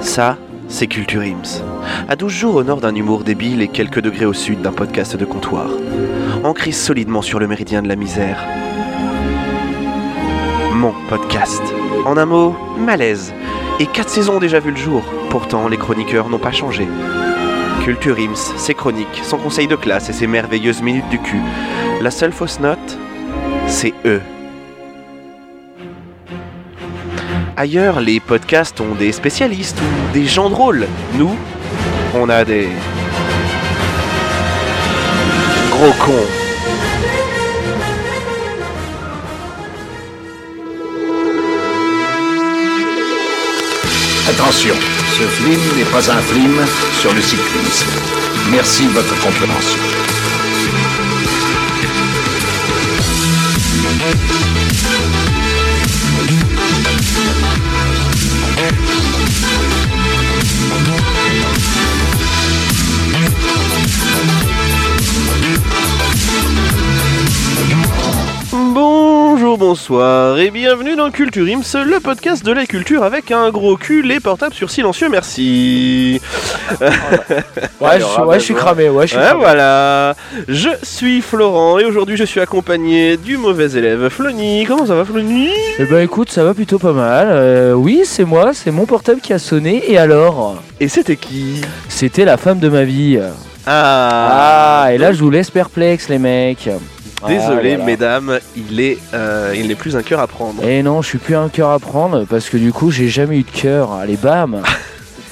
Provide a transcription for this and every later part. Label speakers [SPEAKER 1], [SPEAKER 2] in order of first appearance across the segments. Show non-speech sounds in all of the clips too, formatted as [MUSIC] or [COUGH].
[SPEAKER 1] Ça, c'est Culture Ims. À 12 jours au nord d'un humour débile et quelques degrés au sud d'un podcast de comptoir. En crise solidement sur le méridien de la misère. Mon podcast. En un mot, malaise. Et quatre saisons ont déjà vu le jour. Pourtant, les chroniqueurs n'ont pas changé. Culture Ims, ses chroniques, son conseil de classe et ses merveilleuses minutes du cul. La seule fausse note, c'est E. eux. Ailleurs, les podcasts ont des spécialistes ou des gens drôles. Nous, on a des gros cons.
[SPEAKER 2] Attention, ce film n'est pas un film sur le cyclisme. Merci de votre compréhension.
[SPEAKER 1] Bonjour, bonsoir et bienvenue dans Culture Ims, le podcast de la culture avec un gros cul, les portables sur silencieux, merci.
[SPEAKER 3] Ouais, je, suis- ouais, je suis cramé, hein. ouais, je suis
[SPEAKER 1] Ouais,
[SPEAKER 3] cramé.
[SPEAKER 1] voilà, je suis Florent et aujourd'hui je suis accompagné du mauvais élève Flony. Comment ça va Flony
[SPEAKER 3] Eh ben écoute, ça va plutôt pas mal. Euh, oui, c'est moi, c'est mon portable qui a sonné. Et alors
[SPEAKER 1] Et c'était qui
[SPEAKER 3] C'était la femme de ma vie. Ah, et là je vous laisse perplexe les mecs. Ah,
[SPEAKER 1] Désolé,
[SPEAKER 3] voilà.
[SPEAKER 1] mesdames, il est, euh, il n'est plus un cœur à prendre.
[SPEAKER 3] Eh non, je suis plus un cœur à prendre parce que du coup j'ai jamais eu de cœur. Allez bam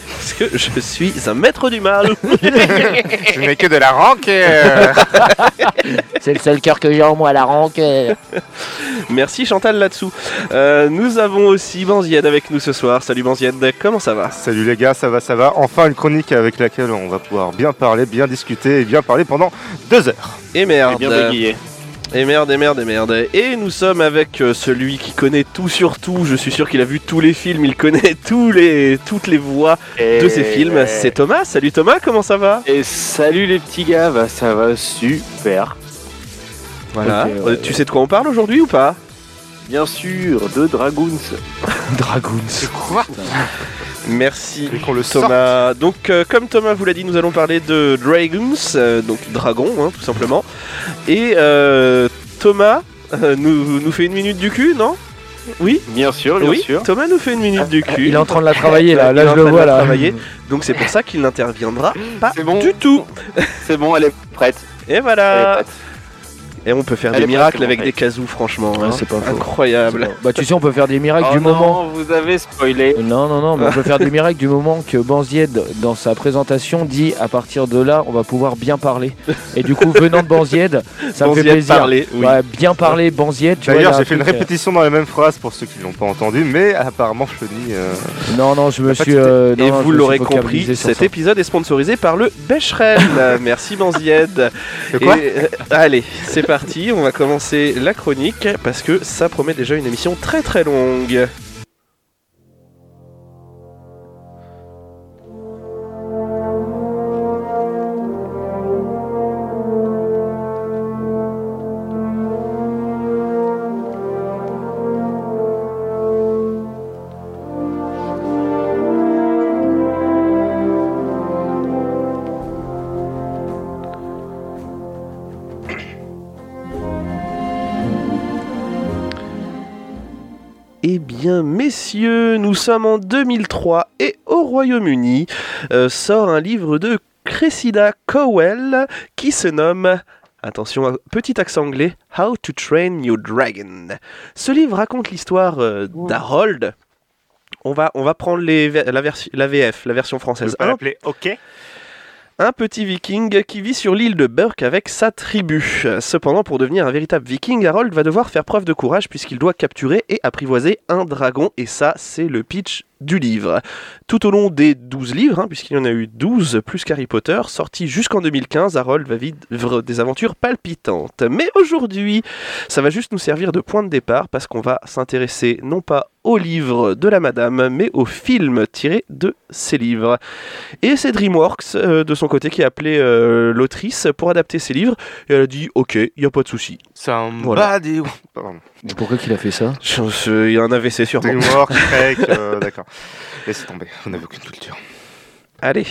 [SPEAKER 1] Parce que je suis un maître du mal.
[SPEAKER 4] Je n'ai que de la ranque. euh,
[SPEAKER 3] [LAUGHS] C'est le seul cœur que j'ai en moi, la [LAUGHS] rancœur.
[SPEAKER 1] Merci Chantal là-dessous. Euh, nous avons aussi Banzied avec nous ce soir. Salut Banzied, comment ça va
[SPEAKER 5] [LAUGHS] Salut les gars, ça va, ça va. Enfin une chronique avec laquelle on va pouvoir bien parler, bien discuter et bien parler pendant deux heures.
[SPEAKER 1] Et
[SPEAKER 6] Eh
[SPEAKER 1] merde. Et merde, et merde, et merde. Et nous sommes avec euh, celui qui connaît tout sur tout. Je suis sûr qu'il a vu tous les films, il connaît [LAUGHS] tous les, toutes les voix de ces films. C'est Thomas. Salut Thomas, comment ça va
[SPEAKER 6] Eh Et salut les petits gars, bah, ça va super.
[SPEAKER 1] Voilà.
[SPEAKER 3] Ok, ouais,
[SPEAKER 1] Euh, Tu sais de quoi on parle aujourd'hui ou pas
[SPEAKER 6] Bien sûr, de Dragoons.
[SPEAKER 3] Dragoons.
[SPEAKER 4] Quoi
[SPEAKER 1] Merci.
[SPEAKER 5] Et qu'on le sorte.
[SPEAKER 1] Thomas. Donc, euh, comme Thomas vous l'a dit, nous allons parler de Dragons, euh, donc dragon, hein, tout simplement. Et euh, Thomas euh, nous, nous fait une minute du cul, non Oui,
[SPEAKER 6] Bien sûr, bien
[SPEAKER 1] oui.
[SPEAKER 6] sûr.
[SPEAKER 1] Thomas nous fait une minute du cul.
[SPEAKER 3] Ah, Il est en train de la travailler là,
[SPEAKER 1] Il
[SPEAKER 3] là
[SPEAKER 1] est en
[SPEAKER 3] je
[SPEAKER 1] train
[SPEAKER 3] le
[SPEAKER 1] de
[SPEAKER 3] vois
[SPEAKER 1] la
[SPEAKER 3] là.
[SPEAKER 1] travailler. Donc, c'est pour ça qu'il n'interviendra pas
[SPEAKER 6] C'est bon.
[SPEAKER 1] du tout.
[SPEAKER 6] C'est bon, elle est prête.
[SPEAKER 1] Et
[SPEAKER 6] Elle est
[SPEAKER 1] voilà.
[SPEAKER 6] prête.
[SPEAKER 1] Et on peut faire
[SPEAKER 6] Elle
[SPEAKER 1] des
[SPEAKER 6] est
[SPEAKER 1] miracles
[SPEAKER 6] pratiquement
[SPEAKER 1] avec des
[SPEAKER 6] prête.
[SPEAKER 1] kazoo, franchement.
[SPEAKER 3] Ouais,
[SPEAKER 1] hein.
[SPEAKER 3] c'est pas faux.
[SPEAKER 1] Incroyable.
[SPEAKER 3] Bah tu sais on peut faire des
[SPEAKER 1] ah,
[SPEAKER 3] miracles
[SPEAKER 6] Oh
[SPEAKER 3] du
[SPEAKER 6] non,
[SPEAKER 3] moment.
[SPEAKER 6] vous avez spoilé.
[SPEAKER 3] Non, non, non, mais on peut faire des miracles du moment que Banzied, dans sa présentation, dit à partir de là, on va pouvoir bien parler. Et du coup, venant de Banzied, ça me fait
[SPEAKER 1] Banzied
[SPEAKER 3] plaisir.
[SPEAKER 1] parler, oui.
[SPEAKER 3] Ouais, bien parler, Banzied. tu vois, il y
[SPEAKER 5] D'ailleurs
[SPEAKER 3] a un
[SPEAKER 5] j'ai fait une
[SPEAKER 1] euh.
[SPEAKER 3] truc,
[SPEAKER 5] répétition dans la même phrase pour ceux qui ne l'ont pas entendu, mais apparemment Chenille... euh,
[SPEAKER 3] euh, Non, non,
[SPEAKER 1] Ah,
[SPEAKER 3] je me
[SPEAKER 5] pas
[SPEAKER 3] suis.
[SPEAKER 5] de
[SPEAKER 3] euh, non,
[SPEAKER 1] Et
[SPEAKER 3] non, je
[SPEAKER 1] vous
[SPEAKER 3] me suis
[SPEAKER 1] l'aurez
[SPEAKER 3] focalisé
[SPEAKER 1] compris,
[SPEAKER 3] sur
[SPEAKER 1] cet
[SPEAKER 3] ça.
[SPEAKER 1] épisode est sponsorisé par le Becherel.
[SPEAKER 3] [LAUGHS]
[SPEAKER 1] Merci Banzied.
[SPEAKER 5] de quoi
[SPEAKER 1] Et, euh, allez, c'est parti, on va commencer la chronique parce que ça promet déjà une émission très très longue. Eh bien, messieurs, nous sommes en 2003 et au Royaume-Uni euh, sort un livre de Cressida Cowell qui se nomme, attention, un petit accent anglais, How to Train Your Dragon. Ce livre raconte l'histoire euh, d'Harold. On va, on va prendre les ver- la, versi- la VF, la version française. Un
[SPEAKER 5] l'appeler OK
[SPEAKER 1] un petit viking qui vit sur l'île de Burke avec sa tribu. Cependant, pour devenir un véritable viking, Harold va devoir faire preuve de courage puisqu'il doit capturer et apprivoiser un dragon, et ça, c'est le pitch du livre. Tout au long des 12 livres, hein, puisqu'il y en a eu 12 plus qu'Harry Potter, sortis jusqu'en 2015, Harold va vivre des aventures palpitantes. Mais aujourd'hui, ça va juste nous servir de point de départ parce qu'on va s'intéresser non pas aux livres de la madame, mais aux films tirés de ces livres. Et c'est DreamWorks, euh, de son côté, qui a appelé euh, l'autrice pour adapter ses livres. Et elle a dit Ok, il n'y a pas de souci.
[SPEAKER 5] C'est un
[SPEAKER 1] Voilà.
[SPEAKER 5] body... Pardon.
[SPEAKER 3] Mais pourquoi qu'il a fait ça
[SPEAKER 1] Je- je- Il y a un AVC sûrement.
[SPEAKER 5] Teamwork, fake, euh, [LAUGHS] d'accord. Laissez tomber, on n'avait aucune culture.
[SPEAKER 1] Allez.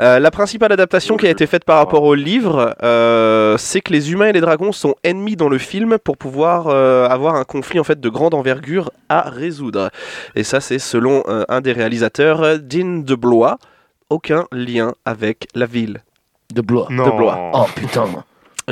[SPEAKER 1] Euh, la principale adaptation qui a été faite par rapport au livre, euh, c'est que les humains et les dragons sont ennemis dans le film pour pouvoir euh, avoir un conflit en fait de grande envergure à résoudre. Et ça, c'est selon euh, un des réalisateurs, euh, Dean de Blois. Aucun lien avec la ville.
[SPEAKER 3] De Blois.
[SPEAKER 5] Non.
[SPEAKER 1] Blois.
[SPEAKER 3] Oh
[SPEAKER 1] [LAUGHS]
[SPEAKER 3] putain.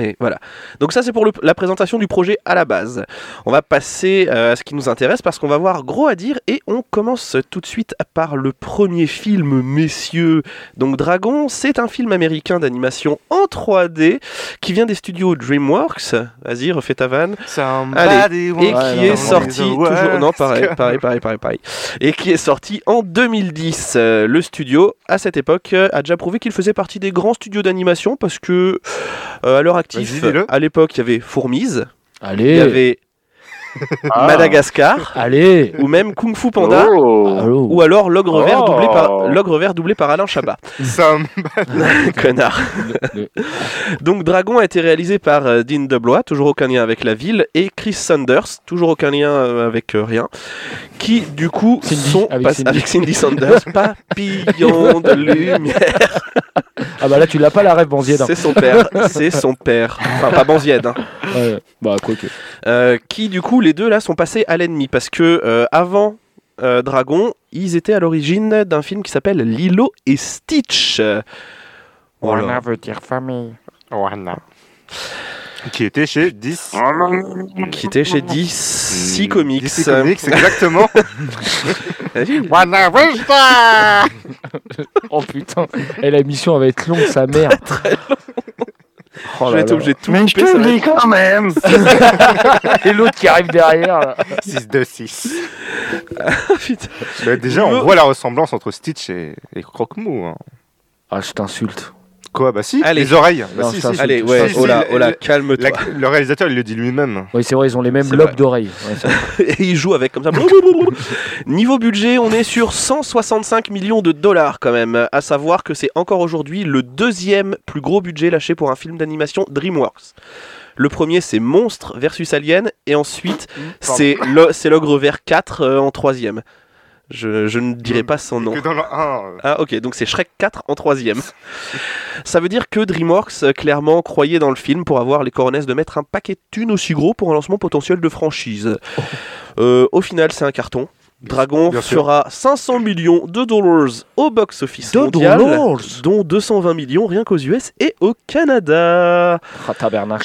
[SPEAKER 1] Et voilà. Donc ça c'est pour le- la présentation du projet à la base. On va passer euh, à ce qui nous intéresse parce qu'on va voir gros à dire et on commence tout de suite par le premier film, messieurs. Donc Dragon, c'est un film américain d'animation en 3D qui vient des studios DreamWorks. Vas-y, refais ta vanne.
[SPEAKER 5] Somebody
[SPEAKER 1] Et
[SPEAKER 5] wants
[SPEAKER 1] qui
[SPEAKER 3] non,
[SPEAKER 1] est
[SPEAKER 5] to
[SPEAKER 1] sorti
[SPEAKER 5] be the worst.
[SPEAKER 1] toujours non pareil pareil pareil pareil pareil et qui est sorti en 2010 Euh, le studio à cette époque euh, a déjà prouvé qu'il faisait partie des grands studios d'animation parce que euh, à leur actif
[SPEAKER 5] Vas-y, dis-le.
[SPEAKER 1] à l'époque il y avait Fourmise il y
[SPEAKER 3] Allez.
[SPEAKER 1] avait Madagascar
[SPEAKER 3] Allez.
[SPEAKER 1] ou même Kung Fu Panda
[SPEAKER 6] Oh.
[SPEAKER 3] Allô.
[SPEAKER 1] ou alors l'ogre vert doublé par
[SPEAKER 6] Oh.
[SPEAKER 1] l'ogre vert doublé par Alain Chabat
[SPEAKER 5] Some-
[SPEAKER 1] connard
[SPEAKER 3] Le-
[SPEAKER 1] Donc Dragon a été réalisé par euh, Dean DeBlois, toujours aucun lien avec la ville, et Chris Sanders, toujours aucun lien euh, avec euh, rien, qui du coup
[SPEAKER 3] Cindy,
[SPEAKER 1] sont
[SPEAKER 3] avec
[SPEAKER 1] pas-
[SPEAKER 3] Cindy.
[SPEAKER 1] avec
[SPEAKER 3] [LAUGHS]
[SPEAKER 1] Cindy Sanders, papillon de lumière.
[SPEAKER 3] Ah bah là tu l'as pas la rêve Banzied. hein.
[SPEAKER 1] C'est son père, c'est son père. Enfin, pas Banzied, hein.
[SPEAKER 3] Ouais. Bah
[SPEAKER 1] [LAUGHS]
[SPEAKER 3] quoi que.
[SPEAKER 1] Euh, qui du coup les deux là sont passés à l'ennemi parce que euh, avant euh, Dragon, ils étaient à l'origine d'un film qui s'appelle Lilo et Stitch. Voilà.
[SPEAKER 4] veut dire famille. Warna.
[SPEAKER 5] Qui était chez 10.
[SPEAKER 1] Qui était chez DC Comics. Ah
[SPEAKER 5] DC Comics, exactement.
[SPEAKER 1] [LAUGHS]
[SPEAKER 4] Warna Vista
[SPEAKER 3] Oh putain. Et la mission va être longue
[SPEAKER 1] [LAUGHS]
[SPEAKER 3] sa mère.
[SPEAKER 1] je
[SPEAKER 3] Oh là
[SPEAKER 1] vais être
[SPEAKER 3] là.
[SPEAKER 1] obligé de tout
[SPEAKER 6] Mais je
[SPEAKER 1] couper, ça
[SPEAKER 6] te
[SPEAKER 1] va
[SPEAKER 6] le dis quand même.
[SPEAKER 3] Et l'autre qui arrive derrière là.
[SPEAKER 5] 6 2 6.
[SPEAKER 1] être- Putain.
[SPEAKER 5] Bah, déjà, on voit la ressemblance entre Stitch et, et Croque-Mou. hein.
[SPEAKER 3] Ah je t'insulte.
[SPEAKER 5] Quoi Bah si,
[SPEAKER 1] Allez.
[SPEAKER 5] les oreilles. Bah,
[SPEAKER 3] Non,
[SPEAKER 5] si,
[SPEAKER 3] ça,
[SPEAKER 5] si.
[SPEAKER 3] c'est-
[SPEAKER 1] Allez, ouais,
[SPEAKER 5] Si, si,
[SPEAKER 1] oh là,
[SPEAKER 5] le-
[SPEAKER 1] oh là,
[SPEAKER 5] le-
[SPEAKER 1] calme-toi.
[SPEAKER 5] La- le réalisateur, il le dit lui-même. hein,
[SPEAKER 3] Oui c'est vrai ils ont les mêmes
[SPEAKER 1] C'est vrai.
[SPEAKER 3] lobes d'oreilles. Ouais, c'est-
[SPEAKER 1] Et [LAUGHS] il joue avec comme [LAUGHS] ça. Blablabla. Niveau budget, on est sur 165 millions de dollars quand même. À savoir que c'est encore aujourd'hui le deuxième plus gros budget lâché pour un film d'animation DreamWorks. Le premier, c'est Monstre versus Alien, et ensuite, c'est Lo- c'est l'ogre vert 4 euh, en troisième. Je, je ne dirai pas son nom.
[SPEAKER 5] Que dans le euh, 1.
[SPEAKER 1] Ah ok, donc c'est Shrek 4 en troisième. Ça veut dire que DreamWorks euh, clairement croyait dans le film pour avoir les coronesses de mettre un paquet de thunes aussi gros pour un lancement potentiel de
[SPEAKER 5] [LAUGHS]
[SPEAKER 1] franchise. Euh, au final, c'est un carton. Dragon
[SPEAKER 5] Bien sûr.
[SPEAKER 1] fera 500 millions de dollars au box-office
[SPEAKER 3] De
[SPEAKER 1] mondial,
[SPEAKER 3] dollars
[SPEAKER 1] dont 220 millions rien qu'aux US et au Canada.
[SPEAKER 3] Ah tabernacle.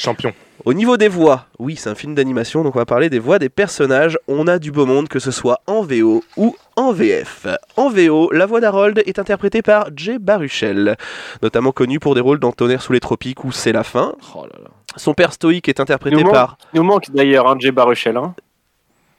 [SPEAKER 1] [LAUGHS]
[SPEAKER 5] Champion.
[SPEAKER 1] Au niveau des voix, oui, c'est un film d'animation, donc on va parler des voix des personnages. On a du beau monde, que ce soit en VO ou en VF. En VO, la voix d'Harold est interprétée par Jay Baruchel, notamment connu pour des rôles dans Tonnerre sous les tropiques ou C'est la fin.
[SPEAKER 3] Oh là là.
[SPEAKER 1] Son père stoïque est interprété
[SPEAKER 6] Du monde.
[SPEAKER 1] par.
[SPEAKER 6] Il nous manque d'ailleurs un Jay Baruchel. Hein.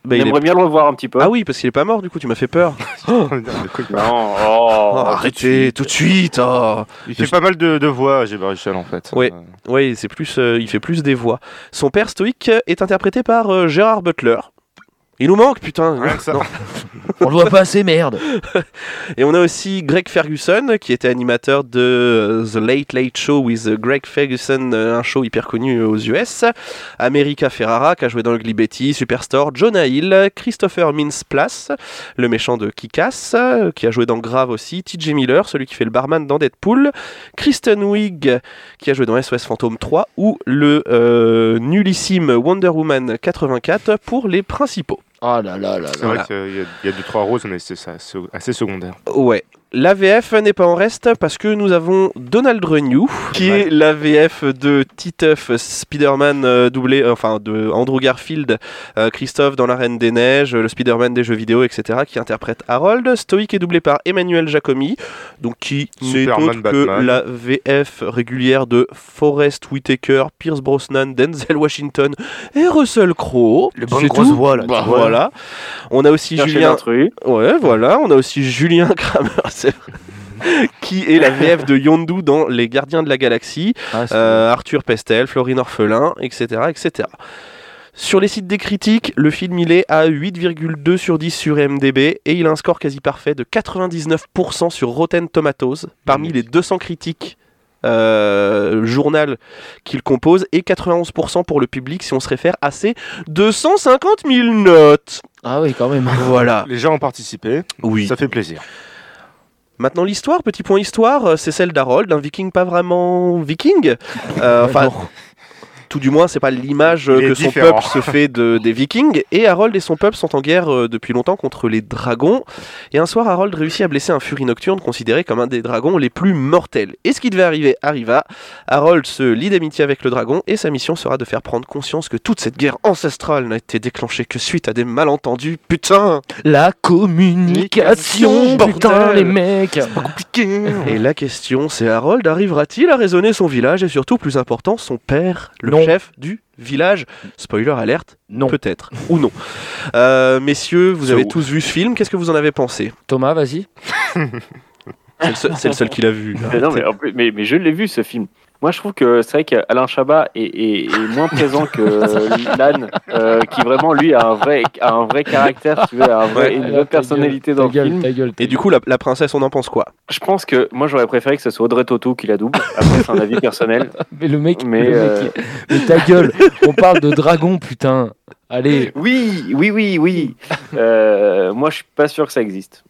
[SPEAKER 1] Bah, il est-
[SPEAKER 6] J'aimerais bien le revoir un petit peu.
[SPEAKER 1] Ah oui, parce qu'il est pas mort, du coup, tu m'as fait peur.
[SPEAKER 5] De quoi [LAUGHS] il parle
[SPEAKER 6] Non, oh,
[SPEAKER 1] Oh, arrêtez, tout de suite oh.
[SPEAKER 5] Il fait pas mal de, de voix, J'ai Baruchel, en fait.
[SPEAKER 1] Oui.
[SPEAKER 5] Euh,
[SPEAKER 1] Oui, c'est plus, euh, il fait plus des voix. Son père stoïque est interprété par euh, Gérard Butler. Il nous manque, putain
[SPEAKER 5] rien que ça.
[SPEAKER 1] Non.
[SPEAKER 3] On le voit pas assez merde.
[SPEAKER 1] Et on a aussi Greg Ferguson, qui était animateur de euh, The Late Late Show with Greg Ferguson, euh, un show hyper connu aux US. America Ferrara, qui a joué dans Ugly Betty, Superstore, Jonah Hill, Christopher Mintz-Plasse, le méchant de Kick-Ass, euh, qui a joué dans Grave aussi, TJ Miller, celui qui fait le barman dans Deadpool, Kristen Wiig, qui a joué dans SOS Fantôme 3, ou le euh, nullissime Wonder Woman 84 pour les principaux.
[SPEAKER 3] Ah là là là
[SPEAKER 5] C'est
[SPEAKER 3] là.
[SPEAKER 1] Voilà.
[SPEAKER 5] vrai qu'il y a- il y a deux, trois roses, mais c'est ça, c'est assez secondaire.
[SPEAKER 1] Ouais. L'AVF n'est pas en reste parce que nous avons Donald Renew, qui
[SPEAKER 5] Ouais.
[SPEAKER 1] est l'AVF de Titeuf, Spider-Man euh, doublé, euh, enfin de Andrew Garfield, euh, Christophe dans La Reine des Neiges, euh, le Spider-Man des jeux vidéo, etc., qui interprète Harold. Stoic est doublé par Emmanuel Jacomi, donc qui n'est
[SPEAKER 5] Superman,
[SPEAKER 1] autre que
[SPEAKER 5] Batman.
[SPEAKER 1] l'AVF régulière de Forrest Whitaker, Pierce Brosnan, Denzel Washington et Russell Crowe.
[SPEAKER 5] Le
[SPEAKER 3] bon C'est grosse tout
[SPEAKER 5] voix,
[SPEAKER 1] Bah, voilà. On a aussi
[SPEAKER 6] Chercher
[SPEAKER 1] Julien
[SPEAKER 6] l'intrus.
[SPEAKER 1] Ouais, voilà, on a aussi Julien [LAUGHS] Kramer, c'est vrai, qui est la VF de Yondu dans Les Gardiens de la Galaxie,
[SPEAKER 3] Ah, c'est-
[SPEAKER 1] euh, Arthur Pestel, Florine Orphelin, etc., etc. Sur les sites des critiques, le film il est à 8,2 sur 10 sur MDB et il a un score quasi parfait de 99% sur Rotten Tomatoes parmi les 200 critiques euh, journal qu'il compose et 91% pour le public si on se réfère à ses 250 000 notes.
[SPEAKER 3] Ah oui, quand même.
[SPEAKER 1] Voilà.
[SPEAKER 5] Les gens ont participé,
[SPEAKER 1] Oui.
[SPEAKER 5] ça fait plaisir.
[SPEAKER 1] Maintenant l'histoire, petit point histoire, euh, c'est celle d'Harold, un viking pas vraiment viking.
[SPEAKER 5] [LAUGHS]
[SPEAKER 1] Euh, Enfin, tout du moins, c'est pas l'image euh,
[SPEAKER 5] Il est
[SPEAKER 1] que son
[SPEAKER 5] différent.
[SPEAKER 1] peuple se fait de, des vikings. Et Harold et son peuple sont en guerre euh, depuis longtemps contre les dragons. Et un soir, Harold réussit à blesser un furie nocturne considéré comme un des dragons les plus mortels. Et ce qui devait arriver arriva. Harold se lie d'amitié avec le dragon et sa mission sera de faire prendre conscience que toute cette guerre ancestrale n'a été déclenchée que suite à des malentendus. Putain
[SPEAKER 3] La communication,
[SPEAKER 1] Bordel.
[SPEAKER 3] putain, les mecs.
[SPEAKER 1] Et la question, c'est Harold arrivera-t-il à raisonner son village et surtout, plus important, son père, le
[SPEAKER 3] Non.
[SPEAKER 1] chef du village Spoiler alerte,
[SPEAKER 3] Non.
[SPEAKER 1] peut-être, ou non. Euh, messieurs, vous
[SPEAKER 6] So-
[SPEAKER 1] avez tous vu ce film, qu'est-ce que vous en avez pensé
[SPEAKER 3] Thomas, vas-y.
[SPEAKER 1] C'est le seul, c'est le seul qui l'a
[SPEAKER 5] [LAUGHS]
[SPEAKER 1] vu. là.
[SPEAKER 6] Mais non, mais, en plus- mais, mais je l'ai vu ce film. Moi, je trouve que c'est vrai qu'Alain Chabat est, est- est moins présent
[SPEAKER 1] [LAUGHS]
[SPEAKER 6] que Lan, euh, qui vraiment, lui, a un vrai, a un vrai caractère, si tu veux, a un vrai-
[SPEAKER 1] Ouais.
[SPEAKER 6] une vraie personnalité dans le film.
[SPEAKER 1] Et du coup, la, la princesse, on en pense quoi
[SPEAKER 6] Je pense que moi, j'aurais préféré que ce soit Audrey Tautou qui la double. Après, c'est un avis personnel.
[SPEAKER 3] Mais le mec,
[SPEAKER 6] Mais,
[SPEAKER 3] le
[SPEAKER 6] euh,
[SPEAKER 3] mec, mais ta gueule, on parle de dragon, putain. Allez,
[SPEAKER 6] Oui, oui, oui, oui. Euh, moi, je suis pas sûr que ça existe.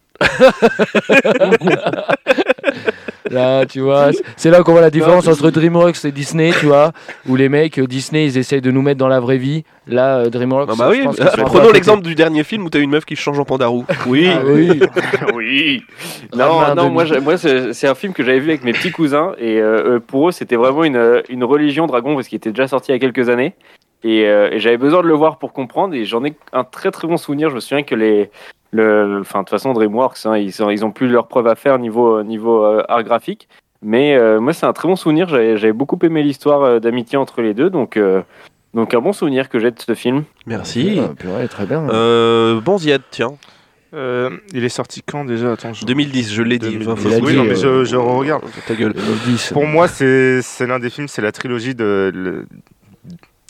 [SPEAKER 3] là, tu vois, c'est- c'est là qu'on voit la différence entre DreamWorks et Disney, tu vois, où les mecs, euh, Disney, ils essayent de nous mettre dans la vraie vie. Là, euh, DreamWorks.
[SPEAKER 1] Ah bah
[SPEAKER 3] je
[SPEAKER 1] oui,
[SPEAKER 3] pense qu'ils
[SPEAKER 1] euh,
[SPEAKER 3] sont un peu à
[SPEAKER 1] prenons
[SPEAKER 3] côté.
[SPEAKER 1] l'exemple du dernier film où t'as une meuf qui se change en
[SPEAKER 5] [LAUGHS]
[SPEAKER 1] pandarou. Oui,
[SPEAKER 3] Ah oui.
[SPEAKER 6] [LAUGHS] oui.
[SPEAKER 3] Romain
[SPEAKER 6] Non, non,
[SPEAKER 3] Denis.
[SPEAKER 6] moi, j'ai- moi c'est c'est un film que j'avais vu avec mes petits cousins et euh, euh, pour eux c'était vraiment une, euh, une religion dragon parce qu'il était déjà sorti il y a quelques années et, euh, et j'avais besoin de le voir pour comprendre et j'en ai un très très bon souvenir. Je me souviens que les le, enfin de toute façon DreamWorks hein, ils, ont, ils ont plus leurs preuves à faire niveau euh, niveau euh, art graphique, mais euh, moi c'est un très bon souvenir. J'avais j'avais beaucoup aimé l'histoire euh, d'amitié entre les deux donc euh, donc un bon souvenir que j'ai de ce film.
[SPEAKER 1] [LAUGHS] merci.
[SPEAKER 3] Ah, purée, très bien.
[SPEAKER 1] Euh, bon Ziad, tiens,
[SPEAKER 5] Euh, il est sorti quand déjà Attends, je...
[SPEAKER 1] 2010, je l'ai dit.
[SPEAKER 5] 2010.
[SPEAKER 1] Enfin, faut-
[SPEAKER 3] Il a
[SPEAKER 5] oui,
[SPEAKER 3] dit,
[SPEAKER 5] non, mais je,
[SPEAKER 3] euh,
[SPEAKER 5] je regarde.
[SPEAKER 1] Ta gueule.
[SPEAKER 3] Le 10.
[SPEAKER 5] Pour moi, c'est c'est l'un des films, c'est la trilogie de. le-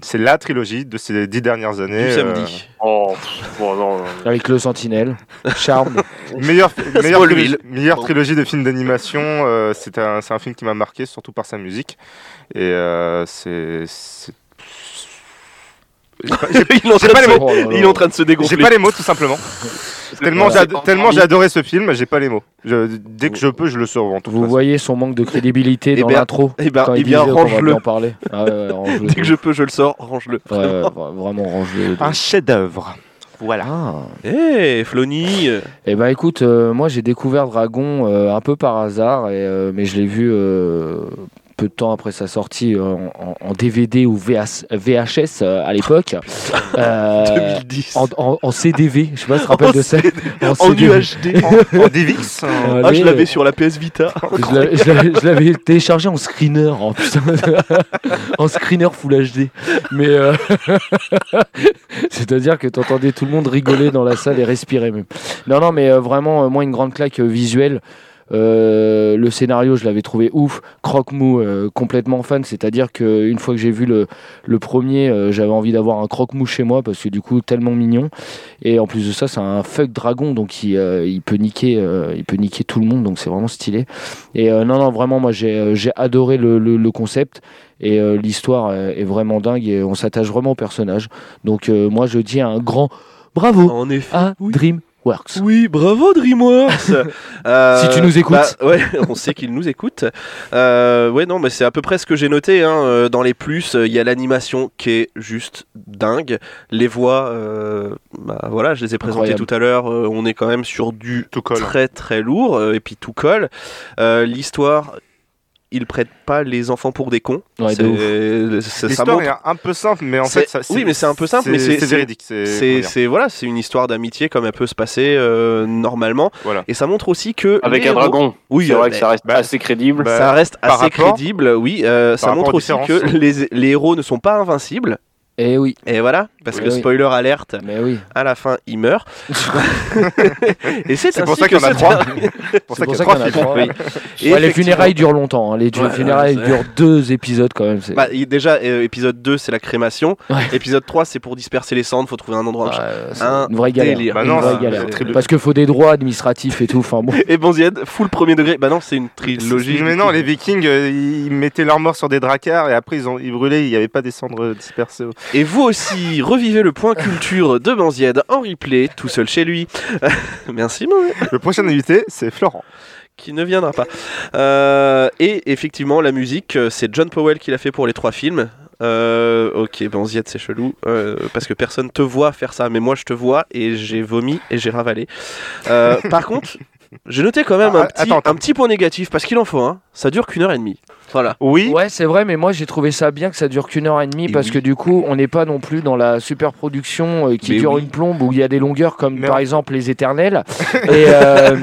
[SPEAKER 5] C'est la trilogie de ces dix dernières années.
[SPEAKER 1] Du
[SPEAKER 5] euh,
[SPEAKER 1] samedi.
[SPEAKER 6] Oh, pff, bon, non, non.
[SPEAKER 3] Avec
[SPEAKER 1] [LAUGHS]
[SPEAKER 3] le sentinelle. Charme.
[SPEAKER 5] Meilleure, meilleure,
[SPEAKER 1] Smallville.
[SPEAKER 5] trilogie, meilleure trilogie de films d'animation. euh, c'est un, c'est un film qui m'a marqué, surtout par sa musique. Et euh, c'est. c'est- J'ai pas- j'ai-
[SPEAKER 1] [LAUGHS] Il est en train
[SPEAKER 5] pas
[SPEAKER 1] de
[SPEAKER 5] les
[SPEAKER 1] se-
[SPEAKER 3] Oh là là.
[SPEAKER 1] il est en train de se dégonfler.
[SPEAKER 5] J'ai pas les mots, tout
[SPEAKER 1] [LAUGHS]
[SPEAKER 5] simplement. tellement
[SPEAKER 6] Voilà.
[SPEAKER 5] j'ado- tellement j'ai adoré ce film, j'ai pas les mots. Je- dès que je peux, je le sors en tout
[SPEAKER 3] Vous voyez son manque de crédibilité
[SPEAKER 1] Eh
[SPEAKER 3] dans
[SPEAKER 1] bien-
[SPEAKER 3] l'intro.
[SPEAKER 1] Eh ben,
[SPEAKER 3] Quand
[SPEAKER 1] eh
[SPEAKER 3] il
[SPEAKER 1] bien
[SPEAKER 3] disait qu'on va
[SPEAKER 1] range-le.
[SPEAKER 3] bien en parler. Ah ouais, ouais,
[SPEAKER 1] [LAUGHS]
[SPEAKER 3] range-le.
[SPEAKER 1] Dès que je peux, je le sors, range-le.
[SPEAKER 3] Ouais, ouais,
[SPEAKER 1] [LAUGHS]
[SPEAKER 3] vra- vraiment range-le.
[SPEAKER 5] Ah, chef-d'œuvre. Voilà.
[SPEAKER 3] Ah.
[SPEAKER 1] Eh, Flony
[SPEAKER 3] Eh ben écoute, euh, moi j'ai découvert Dragon euh, un peu par hasard, et, euh, mais je l'ai vu euh, peu de temps après sa sortie euh, en, en DVD ou VHS, VHS euh,
[SPEAKER 1] [LAUGHS]
[SPEAKER 3] à l'époque. Euh,
[SPEAKER 1] 2010.
[SPEAKER 3] en, en- en CDV, je sais pas si tu te rappelles
[SPEAKER 1] En
[SPEAKER 3] de ça. En
[SPEAKER 1] En
[SPEAKER 3] CDV. [LAUGHS]
[SPEAKER 1] UHD.
[SPEAKER 5] En DivX en-
[SPEAKER 1] Ah,
[SPEAKER 3] Allez,
[SPEAKER 1] je l'avais sur la PS Vita.
[SPEAKER 3] Je l'avais- je l'avais- je l'avais téléchargé en screener, en, putain, [LAUGHS] en screener full HD. Mais euh, [LAUGHS] c'est-à-dire que t'entendais tout le monde rigoler dans la salle et respirer même. Non, non, mais euh, vraiment, euh, moi une grande claque euh, visuelle. Euh, le scénario, je l'avais trouvé ouf. Croque-mou, euh, complètement fan. C'est-à-dire que une fois que j'ai vu le, le premier, euh, j'avais envie d'avoir un croque-mou chez moi parce que du coup, tellement mignon. Et en plus de ça, c'est un fuck dragon, donc il, euh, il peut niquer, euh, il peut niquer tout le monde. Donc c'est vraiment stylé. Et euh, non, non, vraiment, moi j'ai euh, j'ai adoré le, le- le concept et euh, l'histoire est, est vraiment dingue et on s'attache vraiment au personnage. Donc euh, moi je dis un grand bravo
[SPEAKER 1] En effet.
[SPEAKER 3] à
[SPEAKER 1] oui.
[SPEAKER 3] DreamWorks.
[SPEAKER 1] Oui, bravo DreamWorks [LAUGHS] Euh,
[SPEAKER 3] Si tu nous écoutes.
[SPEAKER 1] bah, ouais, [LAUGHS] on sait qu'ils nous écoutent. Euh, ouais, non, mais c'est à peu près ce que j'ai noté. hein. Euh, Dans les plus, euh, il y a l'animation qui est juste dingue. Les voix, euh, bah, voilà, je les ai présentées
[SPEAKER 3] Incroyable.
[SPEAKER 1] tout à l'heure. Euh, on est quand même sur du
[SPEAKER 5] Tout colle.
[SPEAKER 1] très très lourd euh, et puis tout colle. Euh, L'histoire, ils prêtent pas les enfants pour des cons.
[SPEAKER 3] Ouais, de
[SPEAKER 1] C'est-
[SPEAKER 3] ouf.
[SPEAKER 1] ça- ça
[SPEAKER 5] L'histoire
[SPEAKER 1] montre-
[SPEAKER 5] est un peu simple, mais en
[SPEAKER 1] C'est-
[SPEAKER 5] fait, ça-
[SPEAKER 1] oui, mais c'est un peu simple, mais c'est-
[SPEAKER 5] c'est
[SPEAKER 1] c'est-
[SPEAKER 5] véridique. C'est
[SPEAKER 1] C'est
[SPEAKER 5] comment dire,
[SPEAKER 1] c'est- voilà, c'est une histoire d'amitié comme elle peut se passer euh, normalement.
[SPEAKER 5] Voilà.
[SPEAKER 1] Et ça montre aussi que
[SPEAKER 6] Avec
[SPEAKER 1] les
[SPEAKER 6] un
[SPEAKER 1] héros-
[SPEAKER 6] dragon,
[SPEAKER 1] Oui,
[SPEAKER 6] c'est
[SPEAKER 1] euh,
[SPEAKER 6] vrai que ça reste
[SPEAKER 5] bah,
[SPEAKER 6] assez crédible.
[SPEAKER 5] bah,
[SPEAKER 1] ça reste
[SPEAKER 5] Par
[SPEAKER 1] assez
[SPEAKER 5] rapport-
[SPEAKER 1] crédible. Oui, euh, ça
[SPEAKER 5] rapport
[SPEAKER 1] montre
[SPEAKER 5] aux
[SPEAKER 1] aussi
[SPEAKER 5] différences.
[SPEAKER 1] que les, les héros ne sont pas invincibles.
[SPEAKER 3] Et Eh oui,
[SPEAKER 1] Et voilà. parce
[SPEAKER 3] Oui,
[SPEAKER 1] que
[SPEAKER 3] oui.
[SPEAKER 1] spoiler alerte,
[SPEAKER 3] Mais oui.
[SPEAKER 1] à la fin, il
[SPEAKER 3] [LAUGHS]
[SPEAKER 1] meurt. et c'est ainsi
[SPEAKER 5] C'est pour ça
[SPEAKER 1] que
[SPEAKER 5] qu'on a
[SPEAKER 1] ce
[SPEAKER 5] trois.
[SPEAKER 1] dernier-
[SPEAKER 5] [LAUGHS] C'est pour ça qu'il y a trois
[SPEAKER 3] [LAUGHS]
[SPEAKER 5] films.
[SPEAKER 3] trois.
[SPEAKER 1] Oui. Et
[SPEAKER 3] Ouais, les
[SPEAKER 1] effectivement- bah,
[SPEAKER 3] funérailles durent longtemps. hein. Les
[SPEAKER 1] Ouais,
[SPEAKER 3] funérailles
[SPEAKER 1] ouais,
[SPEAKER 3] durent deux épisodes quand même. c'est-
[SPEAKER 1] Bah, il- déjà, euh, épisode 2, c'est la crémation.
[SPEAKER 3] Ouais.
[SPEAKER 1] Épisode 3, c'est pour disperser les cendres, faut trouver un endroit.
[SPEAKER 3] Ah, euh, c'est
[SPEAKER 1] un
[SPEAKER 3] une vraie galère.
[SPEAKER 1] délire.
[SPEAKER 5] Bah
[SPEAKER 3] Une
[SPEAKER 5] non,
[SPEAKER 3] vraie
[SPEAKER 5] c'est-
[SPEAKER 3] galère.
[SPEAKER 5] c'est très-
[SPEAKER 3] Parce qu'il faut des droits administratifs et tout. Enfin bon.
[SPEAKER 1] [LAUGHS] Et Bonzied, full premier degré. Bah non, c'est une trilogie.
[SPEAKER 5] Mais
[SPEAKER 1] du
[SPEAKER 5] non,
[SPEAKER 1] coup.
[SPEAKER 5] les Vikings, euh, ils mettaient leurs morts sur des dracars et après ils, ont, ils brûlaient, il n'y avait pas des cendres dispersées.
[SPEAKER 1] Et vous aussi, revivez le point culture de Banzied en replay, tout seul chez lui. [LAUGHS] Merci, mon
[SPEAKER 5] Le prochain invité, c'est Florent.
[SPEAKER 1] qui ne viendra pas. Euh, et effectivement, la musique, euh, c'est John Powell qui l'a fait pour les trois films. Euh, ok, bon, Ziet, c'est chelou, euh, parce que personne te voit faire ça, mais moi je te vois et j'ai vomi et j'ai ravalé. Euh, par contre, j'ai noté quand même
[SPEAKER 5] Ah,
[SPEAKER 1] un, petit,
[SPEAKER 5] attends, attends.
[SPEAKER 1] un petit point négatif, parce qu'il en faut un, ça dure qu'une heure et demie. Voilà.
[SPEAKER 5] Oui,
[SPEAKER 3] Ouais, c'est vrai, mais moi j'ai trouvé ça bien que ça dure qu'une heure et demie
[SPEAKER 1] Et
[SPEAKER 3] parce
[SPEAKER 1] oui.
[SPEAKER 3] que du coup, on n'est pas non plus dans la super production euh, qui
[SPEAKER 1] Mais
[SPEAKER 3] dure
[SPEAKER 1] oui.
[SPEAKER 3] une plombe où il y a des longueurs comme
[SPEAKER 5] Mais
[SPEAKER 3] par exemple Les
[SPEAKER 1] [LAUGHS]
[SPEAKER 3] Éternels. et euh,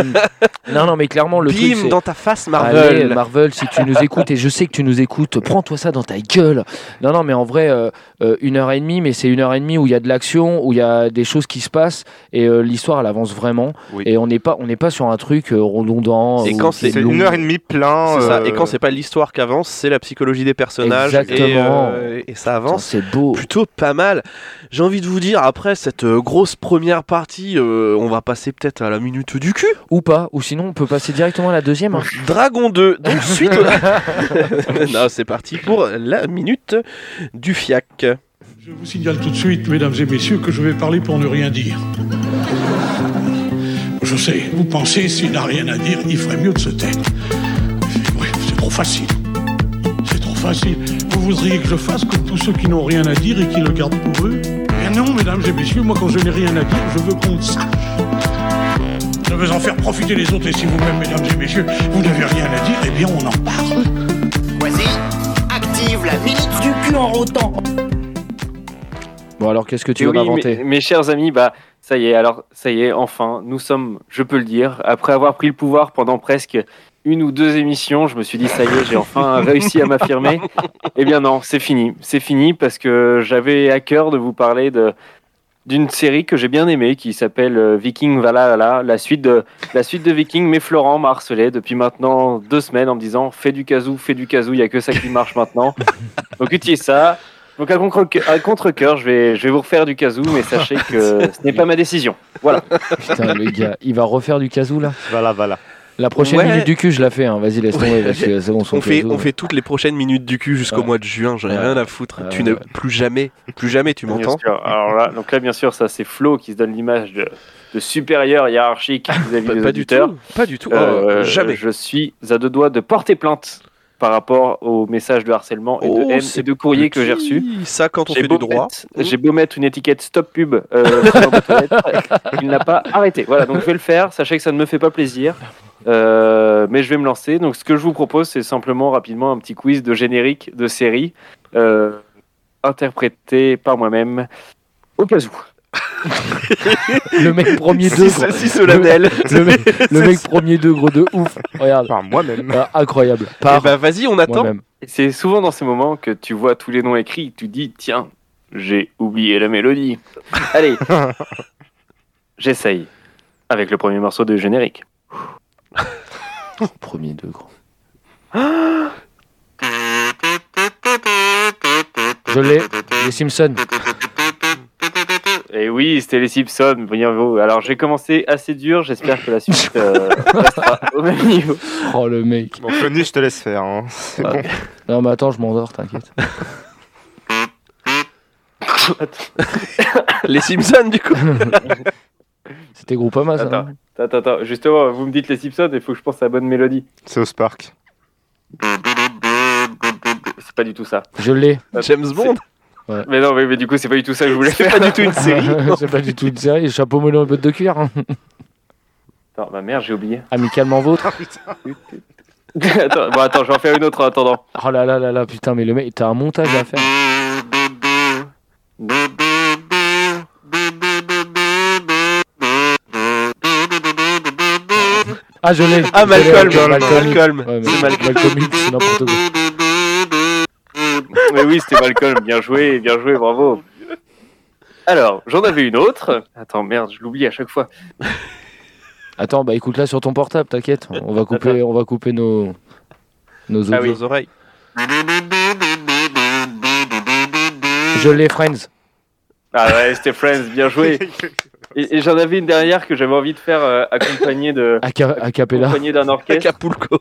[SPEAKER 3] non, non, mais clairement, le truc.
[SPEAKER 1] Bim
[SPEAKER 3] c'est-
[SPEAKER 1] dans ta face,
[SPEAKER 3] Allez,
[SPEAKER 1] Marvel.
[SPEAKER 3] Marvel, si tu nous écoutes, et je sais que tu nous écoutes, prends-toi ça dans ta gueule. Non, non, mais en vrai, euh, euh, une heure et demie, mais c'est une heure et demie où il y a de l'action, où il y a des choses qui se passent, et euh, l'histoire, elle avance vraiment.
[SPEAKER 5] Oui.
[SPEAKER 3] Et on n'est pas, on n'est pas sur un truc euh, rondondant.
[SPEAKER 1] Et
[SPEAKER 3] où
[SPEAKER 1] quand
[SPEAKER 5] c'est
[SPEAKER 1] c'est
[SPEAKER 5] une heure et demie plein.
[SPEAKER 1] C'est ça.
[SPEAKER 5] euh,
[SPEAKER 1] Et quand c'est pas l'histoire qui avance, c'est la psychologie des personnages. et,
[SPEAKER 3] Exactement.
[SPEAKER 1] euh, et ça
[SPEAKER 3] Putain,
[SPEAKER 1] avance.
[SPEAKER 3] C'est beau.
[SPEAKER 1] plutôt pas mal. J'ai envie de vous dire, après cette euh, grosse première partie, euh, on va passer peut-être à la minute du cul.
[SPEAKER 3] Ou pas, ou sinon on peut passer directement à la deuxième. hein.
[SPEAKER 1] Dragon 2, donc suite. au- [LAUGHS] non, c'est parti pour la minute du fiac.
[SPEAKER 7] Je vous signale tout de suite, mesdames et messieurs, que je vais parler pour ne rien dire. Je sais, vous pensez, s'il n'a rien à dire, il ferait mieux de se taire. Oui, c'est trop facile. C'est trop facile. Vous voudriez que je fasse comme tous ceux qui n'ont rien à dire et qui le gardent pour eux Eh non, mesdames et messieurs, moi quand je n'ai rien à dire, je veux qu'on le sache. Je veux en faire profiter les autres et si vous-même, mesdames et messieurs, vous n'avez rien à dire, eh bien on en parle.
[SPEAKER 8] Vas-y, active la minute du cul en rotant.
[SPEAKER 3] Bon, alors qu'est-ce que tu
[SPEAKER 6] Et
[SPEAKER 3] veux
[SPEAKER 6] oui,
[SPEAKER 3] inventer
[SPEAKER 6] [LAUGHS] mes, mes chers amis, bah ça y est, alors ça y est, enfin, nous sommes, je peux le dire, après avoir pris le pouvoir pendant presque une ou deux émissions, je me suis dit ça y est,
[SPEAKER 3] [LAUGHS]
[SPEAKER 6] j'ai enfin réussi à m'affirmer. Eh bien non, c'est fini, c'est fini parce que j'avais à cœur de vous parler de d'une série que j'ai bien aimée qui s'appelle euh, Viking Valhalla, la suite de la suite de Viking. Mais Florent m'a harcelé depuis maintenant deux semaines en me disant fais du casou, fais du casou, il y a que ça qui marche maintenant. Donc utilise ça. Donc à contre à contre-cœur, je vais, je vais vous refaire du casou, mais sachez
[SPEAKER 1] [LAUGHS]
[SPEAKER 6] que ce n'est pas ma décision.
[SPEAKER 3] Putain, le gars, il va refaire du casou là
[SPEAKER 5] Voilà, voilà.
[SPEAKER 3] La prochaine
[SPEAKER 1] Ouais.
[SPEAKER 3] minute du cul, je la fais. hein. Vas-y, laisse tomber. parce que c'est bon, son
[SPEAKER 1] On fait,
[SPEAKER 3] casou,
[SPEAKER 1] on fait toutes les prochaines minutes du cul jusqu'au
[SPEAKER 3] Ouais.
[SPEAKER 1] mois de juin, j'en ai
[SPEAKER 3] Ouais.
[SPEAKER 1] rien à foutre.
[SPEAKER 3] Ouais,
[SPEAKER 1] tu ne
[SPEAKER 3] ouais.
[SPEAKER 1] plus jamais, plus jamais, tu m'entends
[SPEAKER 6] Bien sûr. Alors là, donc là, bien sûr, ça c'est Flo qui se donne l'image de, de
[SPEAKER 1] [LAUGHS]
[SPEAKER 6] supérieur hiérarchique vis-à-vis
[SPEAKER 1] pas,
[SPEAKER 6] des
[SPEAKER 1] pas du
[SPEAKER 6] auditeurs.
[SPEAKER 1] tout, pas du tout, Oh,
[SPEAKER 6] Euh,
[SPEAKER 1] jamais.
[SPEAKER 6] Je suis à deux doigts de porter plainte par rapport aux messages de harcèlement et
[SPEAKER 1] Oh,
[SPEAKER 6] de haine
[SPEAKER 1] c'est
[SPEAKER 6] et de courrier que j'ai reçu.
[SPEAKER 1] reçu Ça, quand on
[SPEAKER 6] J'ai
[SPEAKER 1] fait
[SPEAKER 6] beau
[SPEAKER 1] du droit.
[SPEAKER 6] mettre- J'ai beau mettre une étiquette stop pub euh, sur votre
[SPEAKER 1] [LAUGHS]
[SPEAKER 6] lettre, il n'a pas arrêté. Voilà, donc je vais le faire. Sachez que ça ne me fait pas plaisir, euh, mais je vais me lancer. Donc ce que je vous propose, c'est simplement rapidement un petit quiz de générique de série euh, interprété par moi-même au cas où.
[SPEAKER 3] [LAUGHS] Le mec premier
[SPEAKER 1] Si,
[SPEAKER 3] degré. [LAUGHS]
[SPEAKER 1] si solennel. [LAUGHS]
[SPEAKER 3] Le mec, le mec premier degré de ouf. Regarde.
[SPEAKER 5] Par moi-même.
[SPEAKER 3] Ah, incroyable.
[SPEAKER 1] Eh
[SPEAKER 3] Par
[SPEAKER 1] ben, vas-y, on attend.
[SPEAKER 3] moi-même.
[SPEAKER 6] Et C'est souvent dans ces moments que tu vois tous les noms écrits, tu dis tiens, j'ai oublié la mélodie. Allez, j'essaye avec le premier morceau de générique.
[SPEAKER 3] Premier degré. [GASPS] Je l'ai. Les Simpsons.
[SPEAKER 6] Et Eh oui, c'était les Simpsons. bravo. Alors j'ai commencé assez dur, j'espère que la suite
[SPEAKER 1] [LAUGHS]
[SPEAKER 6] euh, restera au même niveau.
[SPEAKER 3] Oh le mec.
[SPEAKER 5] Bon, Connu, je te laisse faire. hein. C'est
[SPEAKER 3] Ah.
[SPEAKER 5] bon.
[SPEAKER 3] Non mais attends, je m'endors, t'inquiète.
[SPEAKER 1] Les Simpsons, du coup.
[SPEAKER 3] C'était
[SPEAKER 1] Ah,
[SPEAKER 3] Groupama ça.
[SPEAKER 6] Attends.
[SPEAKER 3] non
[SPEAKER 6] Attends, attends, justement, vous me dites les Simpsons, il faut que je pense à la bonne mélodie.
[SPEAKER 5] C'est au Spark.
[SPEAKER 6] C'est pas du tout ça.
[SPEAKER 1] [LAUGHS]
[SPEAKER 3] Je l'ai. [LAUGHS]
[SPEAKER 1] James Bond.
[SPEAKER 6] Mais non, mais, mais du coup, c'est pas du tout ça que je voulais
[SPEAKER 1] C'est
[SPEAKER 6] faire.
[SPEAKER 1] pas du tout une série.
[SPEAKER 5] [LAUGHS]
[SPEAKER 3] C'est pas du tout une série. Chapeau melon et bottes de cuir. hein.
[SPEAKER 6] Attends, bah merde, j'ai oublié. [LAUGHS]
[SPEAKER 3] Amicalement vôtre.
[SPEAKER 1] Ah,
[SPEAKER 6] attends, bon, attends, je vais en faire une autre en attendant.
[SPEAKER 3] Oh là là là là, putain, mais le mec, t'as un montage à faire. Ah, je l'ai.
[SPEAKER 1] Ah,
[SPEAKER 3] Je l'ai,
[SPEAKER 1] Malcolm.
[SPEAKER 3] ok,
[SPEAKER 1] Malcolm.
[SPEAKER 3] Ouais, mais Malcolm X, c'est n'importe quoi.
[SPEAKER 6] Mais oui, c'était Malcolm. Bien joué, bien joué, bravo. Alors, j'en avais une autre. Attends, merde, je l'oublie à chaque fois.
[SPEAKER 3] Attends, bah écoute là sur ton portable, t'inquiète. On va couper, on va couper nos nos
[SPEAKER 6] Ah
[SPEAKER 3] audios.
[SPEAKER 6] oui.
[SPEAKER 1] Aux oreilles.
[SPEAKER 3] Je l'ai Friends.
[SPEAKER 6] Ah ouais, c'était Friends, bien joué. Et, et j'en avais une dernière que j'avais envie de faire euh, accompagnée de
[SPEAKER 3] A ca- a cappella.
[SPEAKER 6] accompagnée d'un orchestre.
[SPEAKER 1] Acapulco.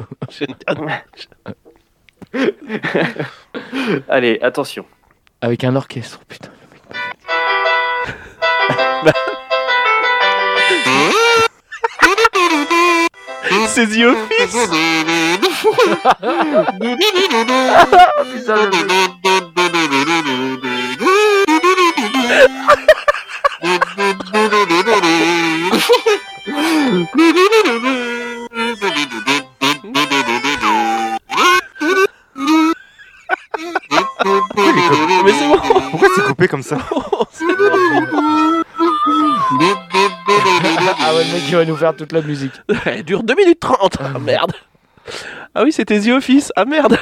[SPEAKER 6] Allez, attention.
[SPEAKER 3] Avec un orchestre, putain.
[SPEAKER 1] [LAUGHS] Ses yeux fixes. Mais c'est bon.
[SPEAKER 5] Pourquoi c'est coupé comme ça
[SPEAKER 3] Ah ouais, le mec, il va nous faire toute la musique.
[SPEAKER 1] Elle dure 2 minutes 30. Ah merde. Ah oui, c'était The Office. Ah merde.